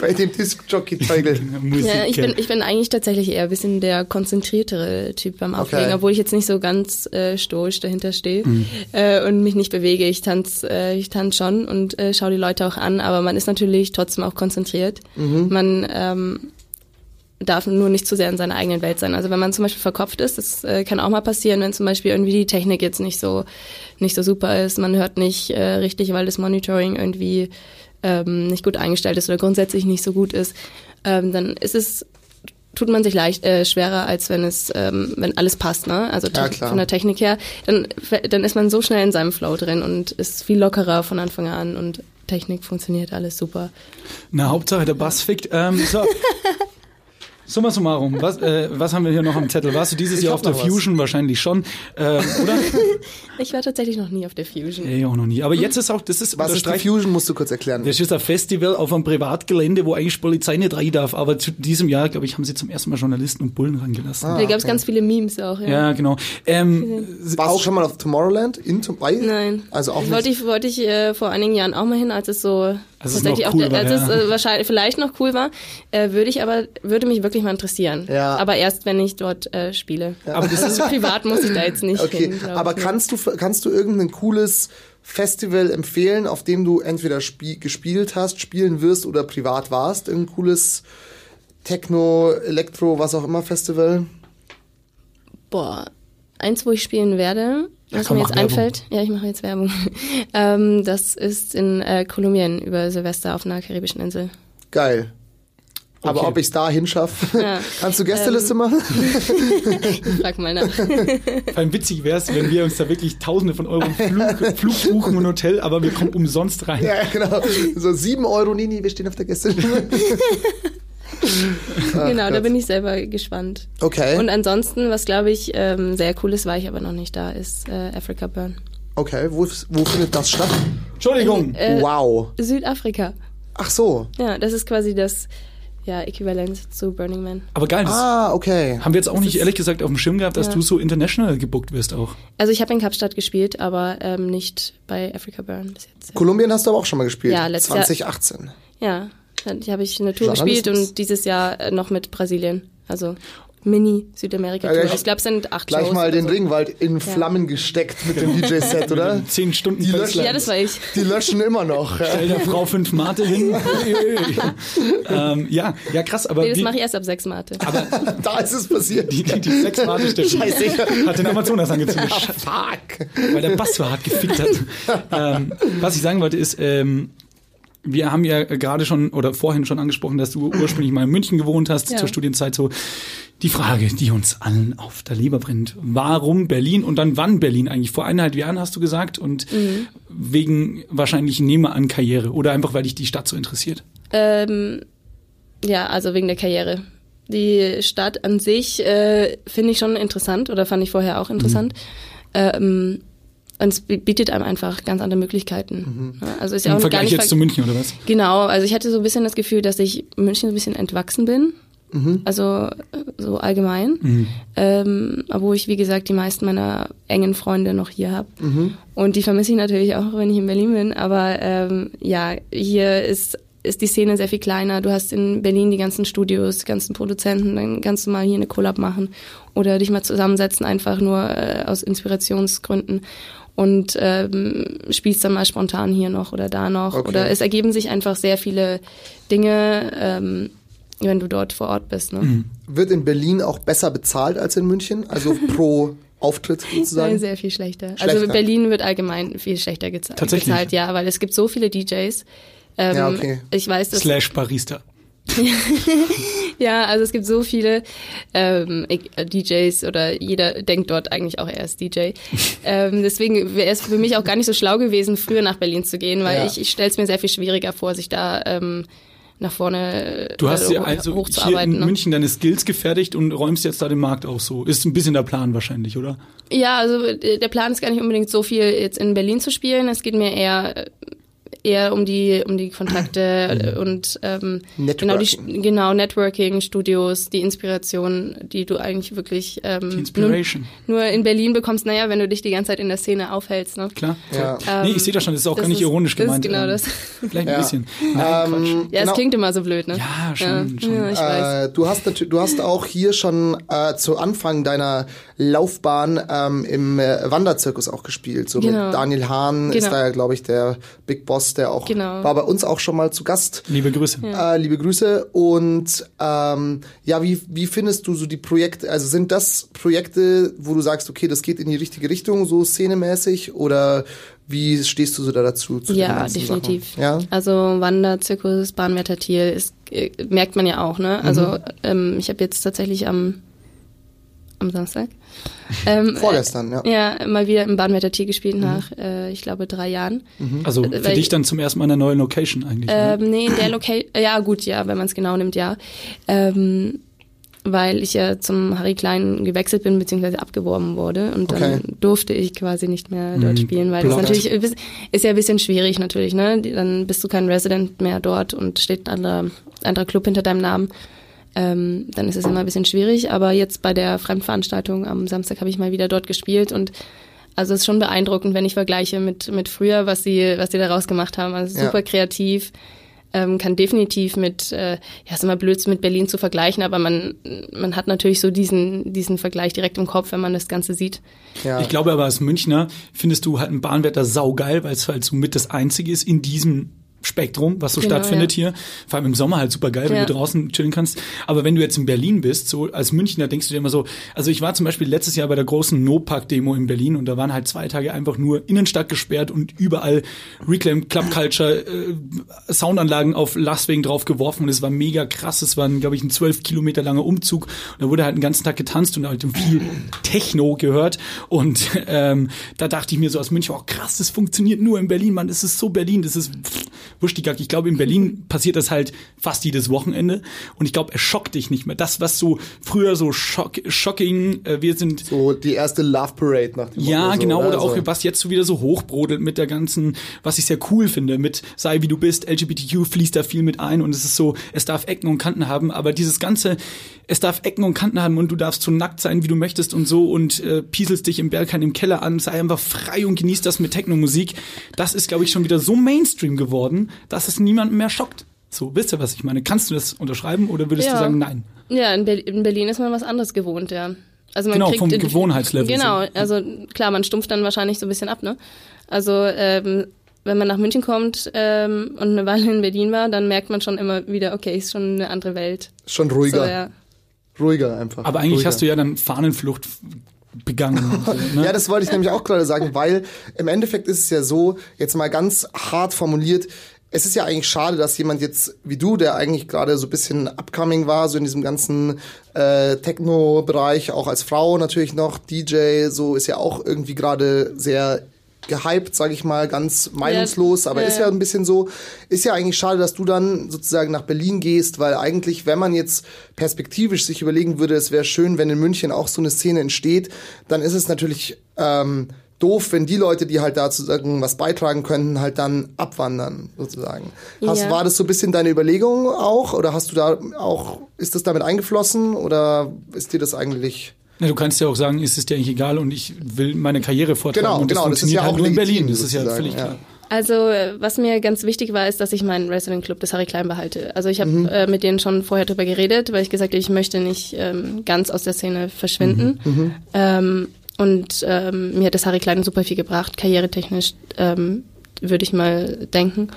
bei dem Disc-Jockey-Teugel.
Musik.
ja, ich, bin, ich bin eigentlich tatsächlich eher ein bisschen der konzentriertere Typ beim Auflegen,
Okay.
obwohl ich jetzt nicht so ganz äh, stoisch dahinter stehe äh, und mich nicht bewege. Ich tanze äh, ich tanz schon und äh, schaue die Leute auch an, aber man ist natürlich trotzdem auch konzentriert.
Mhm.
Man ähm, darf nur nicht zu sehr in seiner eigenen Welt sein. Also wenn man zum Beispiel verkopft ist, das äh, kann auch mal passieren, wenn zum Beispiel irgendwie die Technik jetzt nicht so nicht so super ist, man hört nicht äh, richtig, weil das Monitoring irgendwie ähm, nicht gut eingestellt ist oder grundsätzlich nicht so gut ist, ähm, dann ist es tut man sich leicht äh, schwerer als wenn es ähm, wenn alles passt, ne? Also
Ja,
te-
klar.
von der Technik her, dann dann ist man so schnell in seinem Flow drin und ist viel lockerer von Anfang an und Technik funktioniert alles super.
Na, Hauptsache der Bass fickt. Ähm, so. Summa summarum, was, äh, was haben wir hier noch am Zettel? Warst du dieses
Ich
Jahr
hab
auf der
noch was.
Fusion? Wahrscheinlich schon, ähm, oder?
Ich war tatsächlich noch nie auf der Fusion.
Nee, auch noch nie. Aber jetzt ist auch, das ist
Was ist die
unterstreicht-
Fusion, musst du kurz erklären.
Das ist ein Festival auf einem Privatgelände, wo eigentlich Polizei nicht rein darf. Aber zu diesem Jahr, glaube ich, haben sie zum ersten Mal Journalisten und Bullen rangelassen.
da gab es
Ah, okay.
ganz viele Memes auch, ja.
Ja, genau. Ähm,
Warst du schon mal auf Tomorrowland? In Tom bei?
Nein.
Also auch
Das
nicht.
wollte ich, wollte ich äh, vor einigen Jahren auch mal hin, als es so
Als es noch
tatsächlich
cool
auf der,
war,
als
ja.
es äh, wahrscheinlich vielleicht noch cool war, äh, würde ich aber würde mich wirklich mich mal interessieren.
Ja.
Aber erst, wenn ich dort äh, spiele. Aber das ist privat, muss ich da jetzt nicht
Okay,
hin. glaub
aber
ich, ne?
kannst du, kannst du irgendein cooles Festival empfehlen, auf dem du entweder spie gespielt hast, spielen wirst oder privat warst? Ein cooles Techno, Elektro, was auch immer Festival?
Boah, eins, wo ich spielen werde,
Ja,
was
komm,
mir
mach
jetzt
Werbung.
einfällt. Ja, ich mache jetzt Werbung. ähm, das ist in äh, Kolumbien über Silvester auf einer karibischen Insel.
Geil. Aber
Okay.
ob ich es da hinschaffe, kannst du
Ähm.
Gästeliste machen?
Frag mal nach.
Vor allem witzig wäre es, wenn wir uns da wirklich Tausende von Euro im Flug, Flug buchen und Hotel, aber wir kommen umsonst rein.
Ja, genau. So sieben Euro, nee, nee, wir stehen auf der Gästeliste.
genau, da
Gott.
bin ich selber gespannt.
Okay.
Und ansonsten, was glaube ich ähm, sehr cooles war, ich aber noch nicht da, ist äh, Africa Burn.
Okay, wo, wo findet das statt?
Entschuldigung.
Äh,
wow.
Südafrika.
Ach so.
Ja, das ist quasi das ja, Äquivalent zu Burning Man.
Aber geil, das
Ah, okay.
haben wir jetzt auch nicht ehrlich gesagt auf dem Schirm gehabt, dass
Ja.
du so international gebuckt wirst auch.
Also ich habe in Kapstadt gespielt, aber ähm, nicht bei Africa Burn bis jetzt.
Kolumbien hast du aber auch schon mal gespielt.
Ja, letztes Jahr.
2018.
Ja, dann habe ich eine Tour
Journalismus.
gespielt und dieses Jahr äh, noch mit Brasilien. Also Mini-Südamerika-Tour.
Ja, gleich-
ich glaube, es sind acht
Gleich
Shows
mal
oder
den
so.
Regenwald in Flammen gesteckt mit dem DJ-Set, oder?
Zehn Stunden
Die
Baseline.
Ja, das war ich.
Die löschen immer noch.
Stell der Frau fünf Mate hin. ähm, ja, ja, krass, aber
Nee, das
wie,
mache ich erst ab sechs Mate.
Da ist es passiert.
die, die, die sechs Mate Steffen
Scheiße.
hat den Amazonas angezogen.
Fuck.
weil der Bass so hart gefickt hat. ähm, was ich sagen wollte ist, ähm, wir haben ja gerade schon oder vorhin schon angesprochen, dass du ursprünglich mal in München gewohnt hast
Ja.
zur Studienzeit. So die Frage, die uns allen auf der Leber brennt: Warum Berlin und dann wann Berlin eigentlich? Vor eineinhalb Jahren hast du gesagt und
Mhm.
wegen wahrscheinlich nehme an Karriere oder einfach weil dich die Stadt so interessiert.
Ähm, ja, also wegen der Karriere. Die Stadt an sich äh, finde ich schon interessant oder fand ich vorher auch interessant. Ähm, und es bi- bietet einem einfach ganz andere Möglichkeiten. Ja, Also ist ja
Im
auch gar
Vergleich
nicht
jetzt zu München oder was?
Genau, also ich hatte so ein bisschen das Gefühl, dass ich München so ein bisschen entwachsen bin. Also äh, so allgemein. Ähm, obwohl ich, wie gesagt, die meisten meiner engen Freunde noch hier habe. Und die vermisse ich natürlich auch, wenn ich in Berlin bin. Aber ähm, ja, hier ist ist die Szene sehr viel kleiner. Du hast in Berlin die ganzen Studios, die ganzen Produzenten, dann kannst du mal hier eine Collab machen oder dich mal zusammensetzen, einfach nur äh, aus Inspirationsgründen und ähm, spielst dann mal spontan hier noch oder da noch.
Okay.
Oder es ergeben sich einfach sehr viele Dinge, ähm, wenn du dort vor Ort bist. Ne?
Mhm.
Wird in Berlin auch besser bezahlt als in München? Also pro Auftritt
Nein,
sozusagen?
sehr viel schlechter. Also
Schlechter.
Berlin wird allgemein viel schlechter gezahlt.
Tatsächlich?
Gezahlt, ja, weil es gibt so viele DJs. Ähm,
Ja, okay.
Ich weiß, dass
Slash Barista.
Ja, also es gibt so viele ähm, äh, DJs oder jeder denkt dort eigentlich auch, er ist DJ. ähm, deswegen wäre es für mich auch gar nicht so schlau gewesen, früher nach Berlin zu gehen, weil
Ja.
ich, ich stelle es mir sehr viel schwieriger vor, sich da ähm, nach vorne äh,
Du hast
also
ja
hoch-
also hier
hochzuarbeiten.
in
ne?
München deine Skills gefertigt und räumst jetzt da den Markt auf so. Ist ein bisschen der Plan wahrscheinlich, oder?
Ja, also äh, der Plan ist gar nicht unbedingt so viel jetzt in Berlin zu spielen. Es geht mir eher äh, eher um die um die Kontakte äh, und ähm, genau die
Mhm. Networking.
genau Networking Studios, die Inspiration, die du eigentlich wirklich ähm, nur,
Inspiration.
nur in Berlin bekommst. Naja, wenn du dich die ganze Zeit in der Szene aufhältst, ne?
Klar.
Ja.
nee, ich sehe das schon, das ist auch
Ähm, das
gar nicht
ist-
ironisch
das ist
gemeint.
genau
ähm,
das.
Vielleicht ein
Ja.
bisschen. Nein, Quatsch.
Ja, es
Genau.
klingt immer so blöd, ne?
Ja, schon,
ja,
schon.
Ja, ich weiß.
Äh, du, hast natürlich, du hast auch hier schon äh, zu Anfang deiner Laufbahn ähm, im äh, Wanderzirkus auch gespielt. So
Genau.
mit Daniel Hahn ist
Genau.
da ja, glaube ich, der Big Boss, der auch
Genau.
war bei uns auch schon mal zu Gast.
Liebe Grüße.
Äh, liebe Grüße. Und ähm, ja, wie, wie findest du so die Projekte? Also sind das Projekte, wo du sagst, okay, das geht in die richtige Richtung, so szenemäßig? Oder wie stehst du so da dazu? Zu den
Ja,
ganzen Sachen?
definitiv.
Ja?
Also Wanderzirkus, Bahnwärtertier, ist, äh, merkt man ja auch, ne? Also
Mhm.
ähm, ich habe jetzt tatsächlich am, am Samstag. Ähm,
Vorgestern, ja. Mhm.
äh, ja, mal wieder im Bahnwärtertier gespielt nach, äh, ich glaube, drei Jahren.
Also für
Äh, weil-
dich dann zum ersten Mal in einer neuen Location eigentlich. ne?
Ähm, nee, in der Location, ja gut, ja, wenn man es genau nimmt, ja. Ähm, weil ich ja zum Harry Klein gewechselt bin, beziehungsweise abgeworben wurde und dann
Okay.
durfte ich quasi nicht mehr dort spielen, weil
Blöd.
das natürlich ist, ist ja ein bisschen schwierig natürlich, ne? Die- Dann bist du kein Resident mehr dort und steht ein anderer, anderer Club hinter deinem Namen. Ähm, dann ist es immer ein bisschen schwierig, aber jetzt bei der Fremdveranstaltung am Samstag habe ich mal wieder dort gespielt und also es ist schon beeindruckend, wenn ich vergleiche mit, mit früher, was sie, was sie daraus gemacht haben. Also
Ja.
super kreativ. ähm, kann definitiv mit, äh, ja, ist immer blöd, mit Berlin zu vergleichen, aber man, man hat natürlich so diesen, diesen Vergleich direkt im Kopf, wenn man das Ganze sieht.
Ja.
Ich glaube aber, als Münchner findest du halt ein Bahnwetter saugeil, weil es halt so mit das Einzige ist in diesem Spektrum, was so
Genau,
stattfindet
ja.
hier. Vor allem im Sommer halt super geil, wenn
Ja.
du draußen chillen kannst. Aber wenn du jetzt in Berlin bist, so als Münchner denkst du dir immer so, also ich war zum Beispiel letztes Jahr bei der großen No-Pack-Demo in Berlin und da waren halt zwei Tage einfach nur Innenstadt gesperrt und überall Reclaim Club Culture äh, Soundanlagen auf Lastwagen drauf geworfen und es war mega krass. Es war, glaube ich, ein zwölf Kilometer langer Umzug und da wurde halt den ganzen Tag getanzt und halt viel Techno gehört und ähm, da dachte ich mir so aus München, oh krass, das funktioniert nur in Berlin, Mann, das ist so Berlin, das ist pff, Wuschtigack. Ich glaube, in Berlin passiert das halt fast jedes Wochenende. Und ich glaube, es schockt dich nicht mehr. Das, was so früher so schock, shocking, äh, wir sind
So die erste Love Parade nach dem
ja,
Motto so,
genau.
ne?
Oder auch,
Also-
was jetzt so wieder so hochbrodelt mit der ganzen, was ich sehr cool finde, mit sei wie du bist, LGBTQ fließt da viel mit ein und es ist so, es darf Ecken und Kanten haben, aber dieses ganze, es darf Ecken und Kanten haben und du darfst so nackt sein, wie du möchtest und so und äh, pieselst dich im Berghain im Keller an, sei einfach frei und genieß das mit Techno-Musik. Das ist, glaube ich, schon wieder so Mainstream geworden, dass es niemanden mehr schockt. So, wisst ihr, was ich meine? Kannst du das unterschreiben oder würdest du
Ja.
sagen, nein?
Ja, in, Ber in Berlin ist man was anderes gewohnt, ja. Also man
Genau,
kriegt
vom
in-
Gewohnheitslevel
Genau,
so.
also klar, man stumpft dann wahrscheinlich so ein bisschen ab, ne? Also ähm, wenn man nach München kommt ähm, und eine Weile in Berlin war, dann merkt man schon immer wieder, okay, ist schon eine andere Welt.
Schon
So,
ruhiger.
ja.
Ruhiger einfach.
Aber eigentlich
ruhiger.
hast du ja dann Fahnenflucht begangen. so, ne?
Ja, das wollte ich nämlich auch gerade sagen, weil im Endeffekt ist es ja so, jetzt mal ganz hart formuliert, es ist ja eigentlich schade, dass jemand jetzt wie du, der eigentlich gerade so ein bisschen upcoming war, so in diesem ganzen äh, Techno-Bereich, auch als Frau natürlich noch, DJ, so ist ja auch irgendwie gerade sehr gehypt, sage ich mal, ganz meinungslos, aber
ja,
ist ja
ja.
ein bisschen so, ist ja eigentlich schade, dass du dann sozusagen nach Berlin gehst, weil eigentlich, wenn man jetzt perspektivisch sich überlegen würde, es wäre schön, wenn in München auch so eine Szene entsteht, dann ist es natürlich ähm, doof, wenn die Leute, die halt dazu sagen, was beitragen könnten, halt dann abwandern, sozusagen. Hast,
Ja.
War das so ein bisschen deine Überlegung auch? Oder hast du da auch, ist das damit eingeflossen oder ist dir das eigentlich...
Na, du kannst ja auch sagen, es ist dir eigentlich egal und ich will meine Karriere fortfahren.
Genau,
und
genau, das ist
funktioniert
ja
halt
auch
nur in
legitim,
Berlin. Das ist ja
sozusagen,
völlig
ja.
klar.
Also äh, was mir ganz wichtig war, ist, dass ich meinen Resident Club des Harry Klein behalte. Also ich habe äh, mit denen schon vorher drüber geredet, weil ich gesagt habe, ich möchte nicht ähm, ganz aus der Szene verschwinden. Ähm, und ähm, mir hat das Harry Klein super viel gebracht, karrieretechnisch ähm, würde ich mal denken.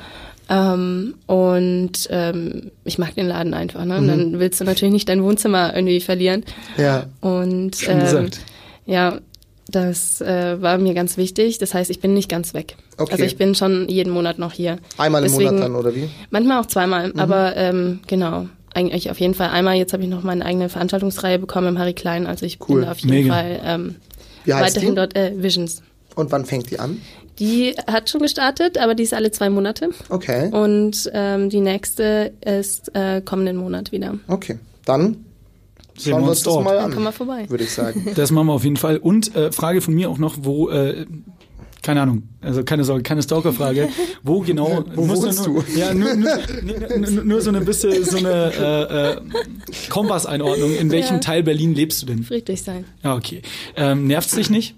Ähm, und ähm, ich mag den Laden einfach. Ne? Und dann willst du natürlich nicht dein Wohnzimmer irgendwie verlieren.
Ja,
Und
Schön
ähm,
gesagt.
ja, das äh, war mir ganz wichtig. Das heißt, ich bin nicht ganz weg.
Okay.
Also ich bin schon jeden Monat noch hier.
einmal im
Deswegen-
Monat dann, oder wie? Mhm.
Manchmal auch zweimal, aber ähm, genau. Eigentlich auf jeden Fall einmal. Jetzt habe ich noch meine eigene Veranstaltungsreihe bekommen im Harry Klein. Also ich
Cool.
bin da auf jeden
Mega.
Fall ähm,
Wie heißt
weiterhin
die?
dort äh, Visions.
Und wann fängt die an?
Die hat schon gestartet, aber die ist alle zwei Monate.
Okay,
Und ähm, die nächste ist äh, kommenden Monat wieder.
okay. Dann
Sehen
schauen wir uns das mal an,
Komm mal vorbei.
würde ich sagen.
Das machen wir auf jeden Fall. Und äh, Frage von mir auch noch, wo, äh, keine Ahnung, also keine Sorge, keine Stalker-Frage. Wo genau?
Wo
muss
wohnst
nur,
du?
Ja, nur, nur, nee, nur, nur so eine bisschen so eine äh, äh, Kompasseinordnung. In welchem
Ja.
Teil Berlin lebst du denn?
Friedlich sein.
Ja, okay. Ähm, nervt's dich nicht?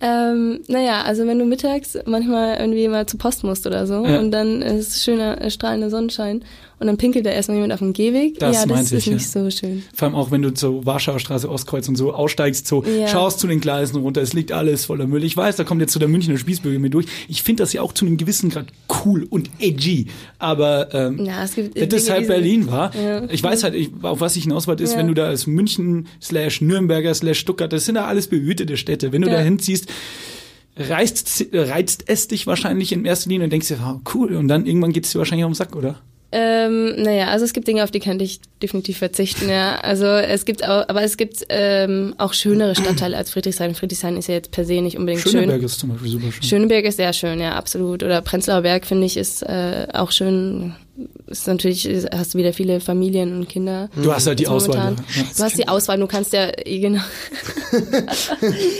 Ähm, naja, also wenn du mittags manchmal irgendwie mal zur Post musst oder so
Ja.
und dann ist schöner äh, strahlender Sonnenschein und dann pinkelt da erstmal jemand auf dem Gehweg.
Das
ja, das
meinte
ist
ich, ja.
nicht so schön.
Vor allem auch, wenn du zur Warschauer Straße Ostkreuz und so aussteigst, so
Ja.
schaust zu den Gleisen runter, es liegt alles voller Müll. Ich weiß, da kommt jetzt so der Münchner Spießbürger mit durch. Ich finde das ja auch zu einem gewissen Grad cool und edgy. Aber ähm,
Na, es gibt
wenn das
Dinge,
halt
die sind-
Berlin war,
Ja.
ich weiß halt, ich, auf was ich hinaus wollte, ist,
Ja.
wenn du da als München slash Nürnberger slash Stuttgart, das sind ja alles behütete Städte. Wenn du
Ja.
da hinziehst, reizt, reizt es dich wahrscheinlich in erster Linie und denkst dir, wow, cool. Und dann irgendwann geht's dir wahrscheinlich auf den Sack, oder?
Ähm, naja, also es gibt Dinge, auf die könnte ich definitiv verzichten, ja. Also es gibt auch, aber es gibt ähm, auch schönere Stadtteile als Friedrichshain. Friedrichshain ist ja jetzt per se nicht unbedingt
Schöneberg
schön.
ist zum Beispiel super schön.
Schöneberg ist sehr schön, ja, absolut. Oder Prenzlauer Berg, finde ich, ist äh, auch schön. Ist natürlich, hast du wieder viele Familien und Kinder.
Du hast halt die
Jetzt
Auswahl.
momentan.
ja. Ja.
Du hast die Auswahl, du kannst ja, eh, genau.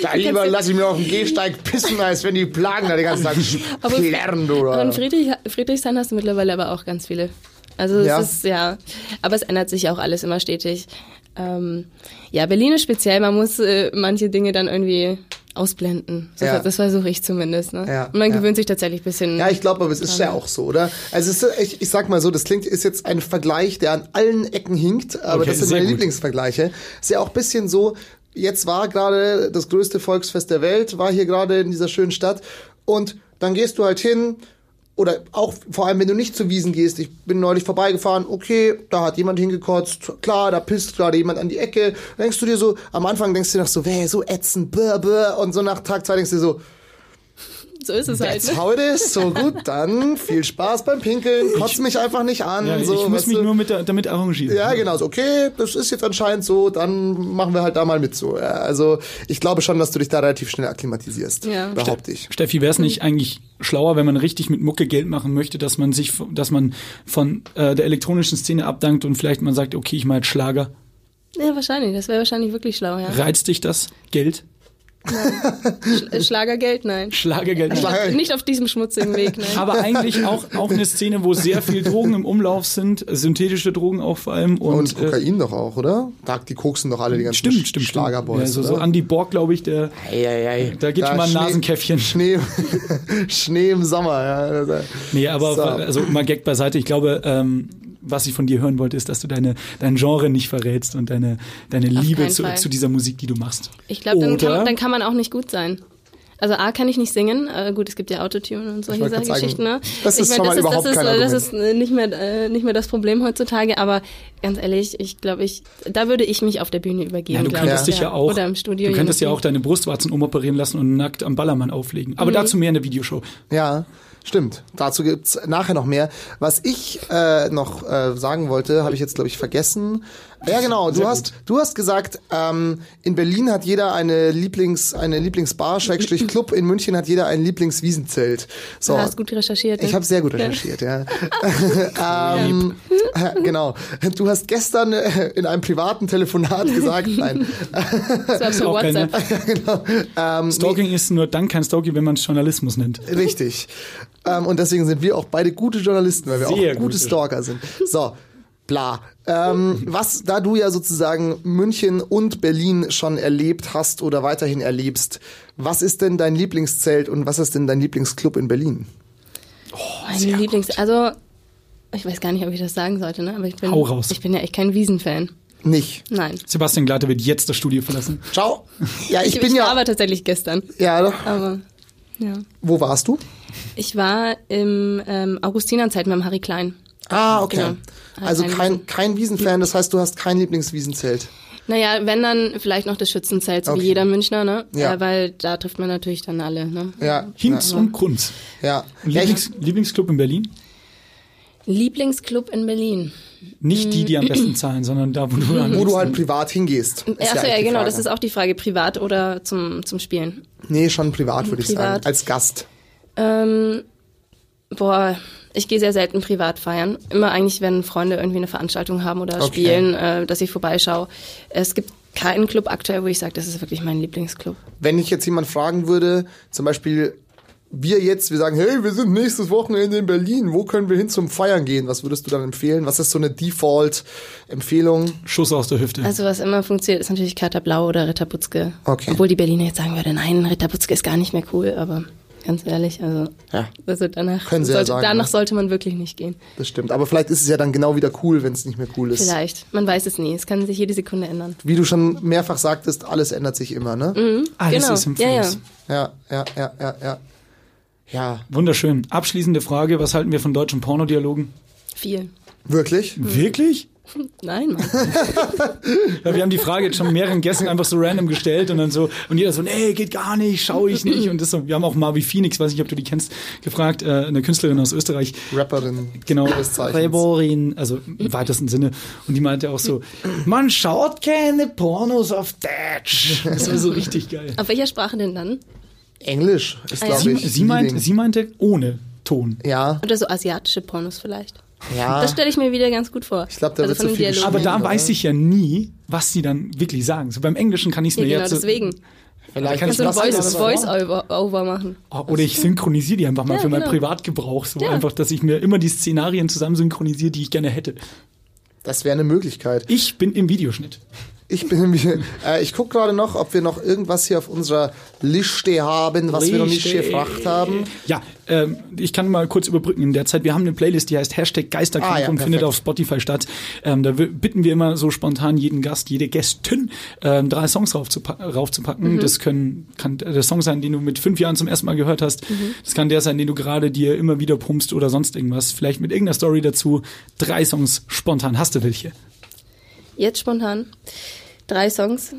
Da lieber lass ich mir auf dem Gehsteig pissen, als wenn die Plagen da den ganzen Tag
Aber-
plärren, du.
Aber in
Alter.
Friedrich, Friedrichshain hast du mittlerweile aber auch ganz viele. Also es
Ja.
ist, ja, aber es ändert sich ja auch alles immer stetig. Ähm, ja, Berlin ist speziell, man muss äh, manche Dinge dann irgendwie ausblenden. So,
Ja.
Das versuche ich zumindest. Ne?
Ja,
Und man
ja.
gewöhnt sich tatsächlich ein bisschen.
Ja, ich glaube, aber es ist ja auch so, oder? Also es ist, ich, ich sag mal so, das klingt ist jetzt ein Vergleich, der an allen Ecken hinkt, aber
Okay,
das sind
sehr
meine
gut.
Lieblingsvergleiche. Ist ja auch ein bisschen so, jetzt war gerade das größte Volksfest der Welt, war hier gerade in dieser schönen Stadt und dann gehst du halt hin oder auch vor allem, wenn du nicht zu Wiesen gehst, ich bin neulich vorbeigefahren, okay, da hat jemand hingekotzt, klar, da pisst gerade jemand an die Ecke. Dann denkst du dir so, am Anfang denkst du dir noch so, wäh, so ätzend, bäh, bäh. und so nach Tag zwei denkst du dir so,
so ist es halt.
That's
Ne?
how it is. So gut, dann viel Spaß beim Pinkeln. Kotz mich einfach nicht an.
Ja,
so,
ich muss
weißt
mich
du.
nur mit der, damit arrangieren.
ja, genau. So, okay, das ist jetzt anscheinend so. Dann machen wir halt da mal mit so. Ja, also ich glaube schon, dass du dich da relativ schnell akklimatisierst.
Ja.
Behaupte ich.
Steffi, wäre es nicht eigentlich schlauer, wenn man richtig mit Mucke Geld machen möchte, dass man sich, dass man von äh, der elektronischen Szene abdankt und vielleicht man sagt, okay, ich mache jetzt Schlager.
Ja, wahrscheinlich. Das wäre wahrscheinlich wirklich schlau, ja.
Reizt dich das? Geld?
Sch äh, Schlagergeld, nein.
Schlagergeld?
Schlag- Schlager-
Nicht auf diesem schmutzigen Weg, ne? nein.
Aber eigentlich auch, auch eine Szene, wo sehr viel Drogen im Umlauf sind, synthetische Drogen auch vor allem. Und,
Und
äh,
Kokain doch auch, oder? Da, die koksen doch alle die ganzen
stimmt, stimmt. stimmt.
Schlagerboys.
Ja, so, so
oder?
Andy Borg, glaube ich, der, da gibt
Da
mal ein
Schnee-
Nasenkäffchen.
Schnee, Schnee im Sommer. Ja.
Nee, aber
So.
also mal Gag beiseite. Ich glaube, ähm, was ich von dir hören wollte, ist, dass du deine, dein Genre nicht verrätst und deine, deine Liebe
keinen
zu,
Fall.
zu dieser Musik, die du machst.
Ich glaube, dann,
Oder-
kann- dann kann man auch nicht gut sein. Also A kann ich nicht singen, äh, gut, es gibt ja Autotune und solche
wollte grad sagen,
Geschichten. Ne?
das ist
ich
schon mal überhaupt
das ist,
kein
äh, das
Argument.
ist äh, nicht mehr, äh, nicht mehr das Problem heutzutage, aber ganz ehrlich, ich glaube, ich, da würde ich mich auf der Bühne übergeben.
Ja, du
glaub
könntest
ich,
dich ja auch,
Oder im Studio.
du
je
könntest ja
nachdem. Mhm.
auch deine Brustwarzen umoperieren lassen und nackt am Ballermann auflegen. Aber dazu mehr in der Videoshow.
Ja, stimmt. Dazu gibt's nachher noch mehr. Was ich äh, noch äh, sagen wollte, habe ich jetzt, glaube ich, vergessen. Ja, genau. Du hast, du hast gesagt, ähm, in Berlin hat jeder eine Lieblings, eine Lieblingsbar, Schrägstrich Club. In München hat jeder ein Lieblingswiesenzelt. So.
Du hast gut recherchiert. ne?
Ich habe sehr gut recherchiert, ja. ähm, äh, genau. Du hast gestern äh, in einem privaten Telefonat gesagt, nein,
das war für
Auch keine, Genau.
WhatsApp.
Ähm,
Stalking ist nur dann kein Stalking, wenn man es Journalismus nennt.
Richtig. Ähm, und deswegen sind wir auch beide gute Journalisten, weil wir
Sehr
auch gute
gute.
Stalker sind. So, bla. Ähm, was, da du ja sozusagen München und Berlin schon erlebt hast oder weiterhin erlebst, was ist denn dein Lieblingszelt und was ist denn dein Lieblingsclub in Berlin?
Oh,
Mein Lieblings, also ich weiß gar nicht, ob ich das sagen sollte, ne? aber ich bin,
Hau raus.
ich bin ja echt kein Wiesenfan.
Nicht.
Nein.
Sebastian Glatte wird jetzt das Studio verlassen.
Ciao. Ja, ich, bin ja.
aber tatsächlich gestern.
Ja, doch.
Aber ja.
wo warst du?
Ich war im ähm, Augustinerzeit mit dem Harry Klein.
Ah, okay.
Genau. Hat
Also
ein
kein, kein Wiesenfan, das heißt, du hast kein Lieblingswiesenzelt.
Naja, wenn dann vielleicht noch das Schützenzelt, so
Okay.
wie jeder Münchner, ne?
Ja.
Äh, weil da trifft man natürlich dann alle, ne?
Ja.
Hinz und Kunz.
Ja.
Und
ja ich,
Lieblings, Lieblingsclub in Berlin?
Lieblingsclub in Berlin.
Nicht die,
Mhm.
die am besten zahlen, sondern da, wo du
wo
an.
du halt privat hingehst. ist
Achso,
eigentlich
ja,
die
genau,
Frage.
das ist auch die Frage, privat oder zum, zum Spielen.
Nee, schon privat, würde ich
Privat.
sagen. Als Gast.
Ähm, boah, ich gehe sehr selten privat feiern. Immer eigentlich, wenn Freunde irgendwie eine Veranstaltung haben oder
Okay.
spielen, äh, dass ich vorbeischaue. Es gibt keinen Club aktuell, wo ich sage, das ist wirklich mein Lieblingsclub.
Wenn ich jetzt jemand fragen würde, zum Beispiel wir jetzt, wir sagen, hey, wir sind nächstes Wochenende in Berlin, wo können wir hin zum Feiern gehen? Was würdest du dann empfehlen? Was ist so eine Default-Empfehlung?
Schuss aus der Hüfte.
Also was immer funktioniert, ist natürlich Kater Blau oder Ritter Butzke.
Okay.
Obwohl die Berliner jetzt sagen würde, nein, Ritter Butzke ist gar nicht mehr cool, aber ganz ehrlich, also,
Ja.
also danach,
Können Sie ja
sollte,
sagen,
danach
ne?
sollte man wirklich nicht gehen.
Das stimmt. Aber vielleicht ist es ja dann genau wieder cool, wenn es nicht mehr cool ist.
Vielleicht, man weiß es nie, es kann sich jede Sekunde ändern.
Wie du schon mehrfach sagtest, alles ändert sich immer, ne?
Alles
genau.
ist im Fluss.
Ja, ja.
Ja, ja, ja, ja, ja. Ja,
Wunderschön. Abschließende Frage, was halten wir von deutschen Pornodialogen?
Viel.
wirklich?
Wirklich?
Nein, Mann.
Weil wir haben die Frage jetzt schon mehreren Gästen einfach so random gestellt und dann so, und jeder so, nee, geht gar nicht, schaue ich nicht. Und das so, wir haben auch Marvi Phoenix, weiß nicht, ob du die kennst, gefragt, äh, eine Künstlerin aus Österreich,
Rapperin.
genau,
Ihres Zeichens.
Reborin, also im weitesten Sinne. Und die meinte auch so, man schaut keine Pornos auf Deutsch. Das war so richtig geil.
Auf welcher Sprache denn dann?
Englisch ist,
Ah, ja.
glaube
Sie,
ich.
sie, meint,
Leading.
sie meinte ohne Ton.
ja,
Oder so asiatische Pornos vielleicht.
ja.
Das stelle ich mir wieder ganz gut vor. Also Ich
Ah. glaub, da wird so viel
Aber da
Oder?
weiß ich ja nie, was sie dann wirklich sagen. So beim Englischen kann ich es
Ja,
mir
genau,
jetzt.
deswegen.
Vielleicht kann ich
Kannst du ein
das alles
Also Voice-
vor-
Voice-Over Over machen.
Oh, Oder ich synchronisiere die einfach mal
Ja,
für meinen
genau.
Privatgebrauch. So
Ja.
einfach, dass ich mir immer die Szenarien zusammen synchronisiere, die ich gerne hätte.
Das wäre eine Möglichkeit.
Ich bin im Videoschnitt.
Ich bin nämlich, äh, ich gucke gerade noch, ob wir noch irgendwas hier auf unserer Liste haben, was wir noch nicht
Liste.
gefragt haben.
Ja, ähm, ich kann mal kurz überbrücken in der Zeit. Wir haben eine Playlist, die heißt Hashtag Geisterkrank
Ah, ja,
und
perfekt.
findet auf Spotify statt. Ähm, da wi- bitten wir immer so spontan jeden Gast, jede Gästin, ähm, drei Songs raufzupa raufzupacken. Das können, kann der Song sein, den du mit fünf Jahren zum ersten Mal gehört hast. Das kann der sein, den du gerade dir immer wieder pumpst oder sonst irgendwas. Vielleicht mit irgendeiner Story dazu. Drei Songs spontan. Hast du welche?
Jetzt spontan. Drei Songs.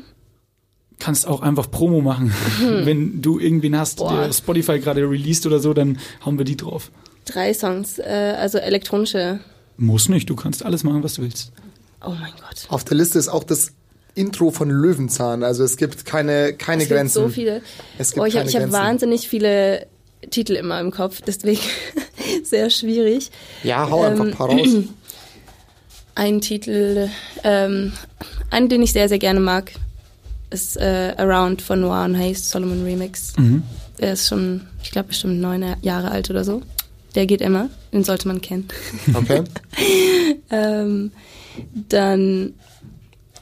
kannst auch einfach Promo machen. Wenn du irgendwen hast,
Mhm. Boah.
der Spotify gerade released oder so, dann hauen wir die drauf.
Drei Songs. Äh, also elektronische.
Muss nicht, du kannst alles machen, was du willst.
Oh mein Gott.
Auf der Liste ist auch das Intro von Löwenzahn. Also es gibt keine, keine
Es gibt
Grenzen.
so viele.
Es gibt
oh, ich habe
keine
hab
Grenzen.
wahnsinnig viele Titel immer im Kopf, deswegen sehr schwierig.
Ja, hau
Ähm,
einfach ein paar raus.
Ein Titel, ähm, einen, den ich sehr, sehr gerne mag, ist äh, Around von Noir und Hayes, Solomon Remix.
Hm.
Mhm.
Der ist schon, ich glaube, bestimmt neun Jahre alt oder so. Der geht immer, den sollte man kennen.
Okay.
Ähm, dann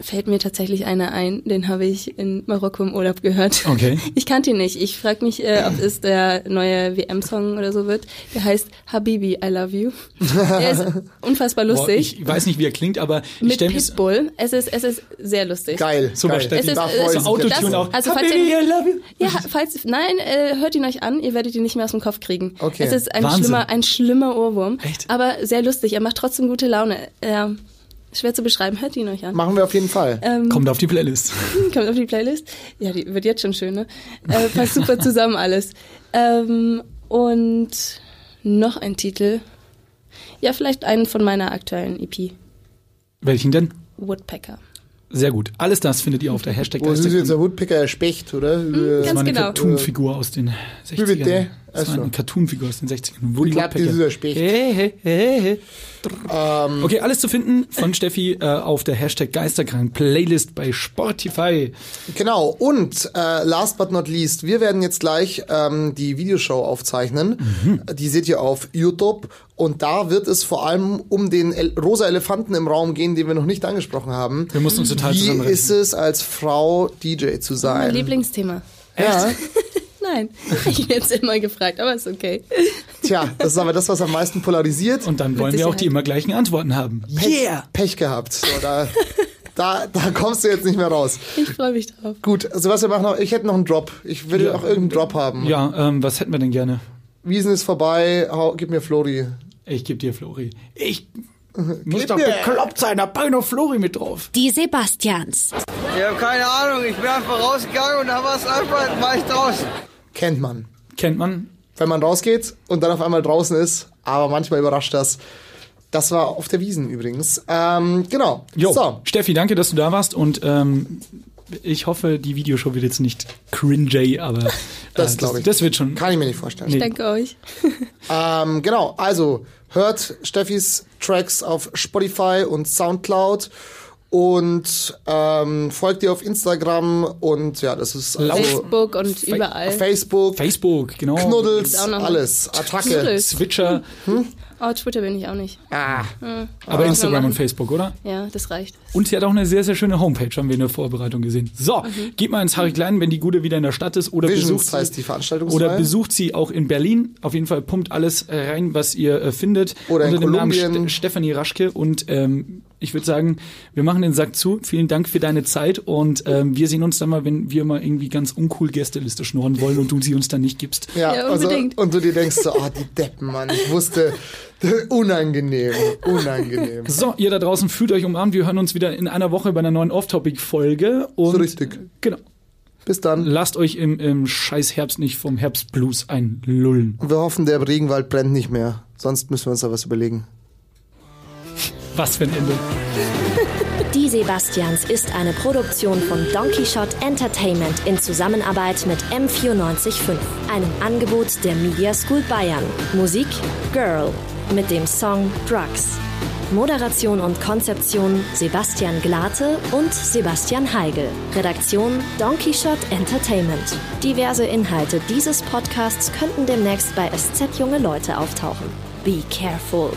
fällt mir tatsächlich einer ein, den habe ich in Marokko im Urlaub gehört.
Okay.
Ich kannte ihn nicht. Ich frage mich, äh, ob es der neue WM-Song oder so wird. Der heißt Habibi, I Love You. Er ist unfassbar
Boah,
lustig.
ich weiß nicht, wie er klingt, aber ich
Mit
stelle mir so
Pitbull. Es ist, es ist sehr lustig.
Geil.
So
geil.
verständlich.
Es
Da
ist- es
freuen
ist
sich
so
jetzt
das-
Autotune
alle.
auch.
also falls
Habibi,
ihr-
I love you.
Ja, falls, nein, äh, hört ihn euch an, ihr werdet ihn nicht mehr aus dem Kopf kriegen.
Okay.
Es ist ein
Wahnsinn.
schlimmer, ein schlimmer Ohrwurm.
Echt?
Aber sehr lustig. Er macht trotzdem gute Laune. Ja, schwer zu beschreiben. Hört ihn euch an.
Machen wir auf jeden Fall.
Mhm.
Kommt auf die Playlist.
Kommt auf die Playlist. Ja, die wird jetzt schon schön, ne? Äh, passt super zusammen alles. Ähm, und noch ein Titel. Ja, vielleicht einen von meiner aktuellen EP.
Welchen denn?
Woodpecker.
Sehr gut. Alles das findet ihr auf der Hashtag
Wo ist jetzt
Geisterkrank.
der Woodpicker der Specht, oder? Äh,
Das
ganz
war eine
genau.
Cartoon-Figur aus den
Wie bitte?
60ern. Das war
Ach so.
eine Cartoon-Figur aus den 60ern. Woody
Ich glaub, das
Woodpecker.
ist der Specht.
Hey, hey, hey, hey. Okay, alles zu finden von Steffi äh, auf der Hashtag Geisterkrank Playlist bei Spotify.
Genau, und äh, last but not least, wir werden jetzt gleich ähm, die Videoshow aufzeichnen.
Mhm.
Die seht ihr auf YouTube. Und da wird es vor allem um den El rosa Elefanten im Raum gehen, den wir noch nicht angesprochen haben.
Wir mussten uns total
Wie
zusammenreißen.
ist es, als Frau DJ zu
Mein
sein?
Lieblingsthema.
Ja,
Nein, ich werde es immer gefragt, aber ist okay.
tja, das ist aber das, was am meisten polarisiert.
Und dann wollen wir auch die
Sicherheit.
immer gleichen Antworten haben. Yeah!
Pech gehabt. So, da, da, da kommst du jetzt nicht mehr raus.
Ich freue mich drauf.
Gut, Sebastian, mach noch, ich hätte noch einen Drop. Ich würde auch irgendeinen Drop haben.
Ja, ähm, was hätten wir denn gerne?
Wiesen ist vorbei, hau, gib mir Flori.
Ich geb dir Flori. Ich muss doch bekloppt sein, da pack ich noch Flori mit drauf.
Die Sebastians.
Ich habe keine Ahnung, ich bin einfach rausgegangen und da war es einfach, war ich draußen.
Kennt man.
Kennt man?
wenn man rausgeht und dann auf einmal draußen ist. Aber manchmal überrascht das. Das war auf der Wiesen übrigens. Ähm, genau.
Jo,
So.
Steffi, danke, dass du da warst und ähm, ich hoffe, die Videoshow wird jetzt nicht cringy, aber äh,
Das glaube ich.
Das wird schon.
Kann ich mir nicht vorstellen.
Danke euch.
Ähm, genau. Also hört Steffis Tracks auf Spotify und Soundcloud und ähm, folgt ihr auf Instagram und ja, das ist also
Facebook und überall.
Facebook,
Facebook, genau.
Knuddels,
Ist auch noch-
alles, Attacke.
Knuddels.
Switcher,
Oh, Twitter bin ich auch nicht.
aber Instagram
machen.
und Facebook, oder?
Ja, das reicht.
Und sie hat auch eine sehr, sehr schöne Homepage, haben wir in der Vorbereitung gesehen. So, geht mal ins Harry Klein, wenn die Gute wieder in der Stadt ist oder besucht
Visions
sie.
heißt die Veranstaltungsreihe.
Oder besucht sie auch in Berlin. Auf jeden Fall pumpt alles äh, rein, was ihr äh, findet.
Oder in
Unter dem Namen
Kolumbien.
Ste- Stefanie Raschke. Und ähm, ich würde sagen, wir machen den Sack zu. Vielen Dank für deine Zeit. Und ähm, wir sehen uns dann mal, wenn wir mal irgendwie ganz uncool Gästeliste schnurren wollen und du sie uns dann nicht gibst.
Ja,
Ja,
also,
unbedingt.
und du dir denkst so, oh, die Deppen, Mann, ich wusste, unangenehm, unangenehm.
So, ihr da draußen fühlt euch umarmt. Wir hören uns wieder in einer Woche bei einer neuen Off-Topic-Folge. Und
So richtig.
Genau.
Bis dann.
Lasst euch im, im scheiß Herbst nicht vom Herbstblues einlullen.
Und wir hoffen, der Regenwald brennt nicht mehr. Sonst müssen wir uns da was überlegen.
Was für ein Ende.
Die Sebastians ist eine Produktion von Donkey Shot Entertainment in Zusammenarbeit mit M945, einem Angebot der Media School Bayern. Musik Girl mit dem Song Drugs. Moderation und Konzeption Sebastian Glate und Sebastian Heigel. Redaktion Donkey Shot Entertainment. Diverse Inhalte dieses Podcasts könnten demnächst bei SZ junge Leute auftauchen. Be careful.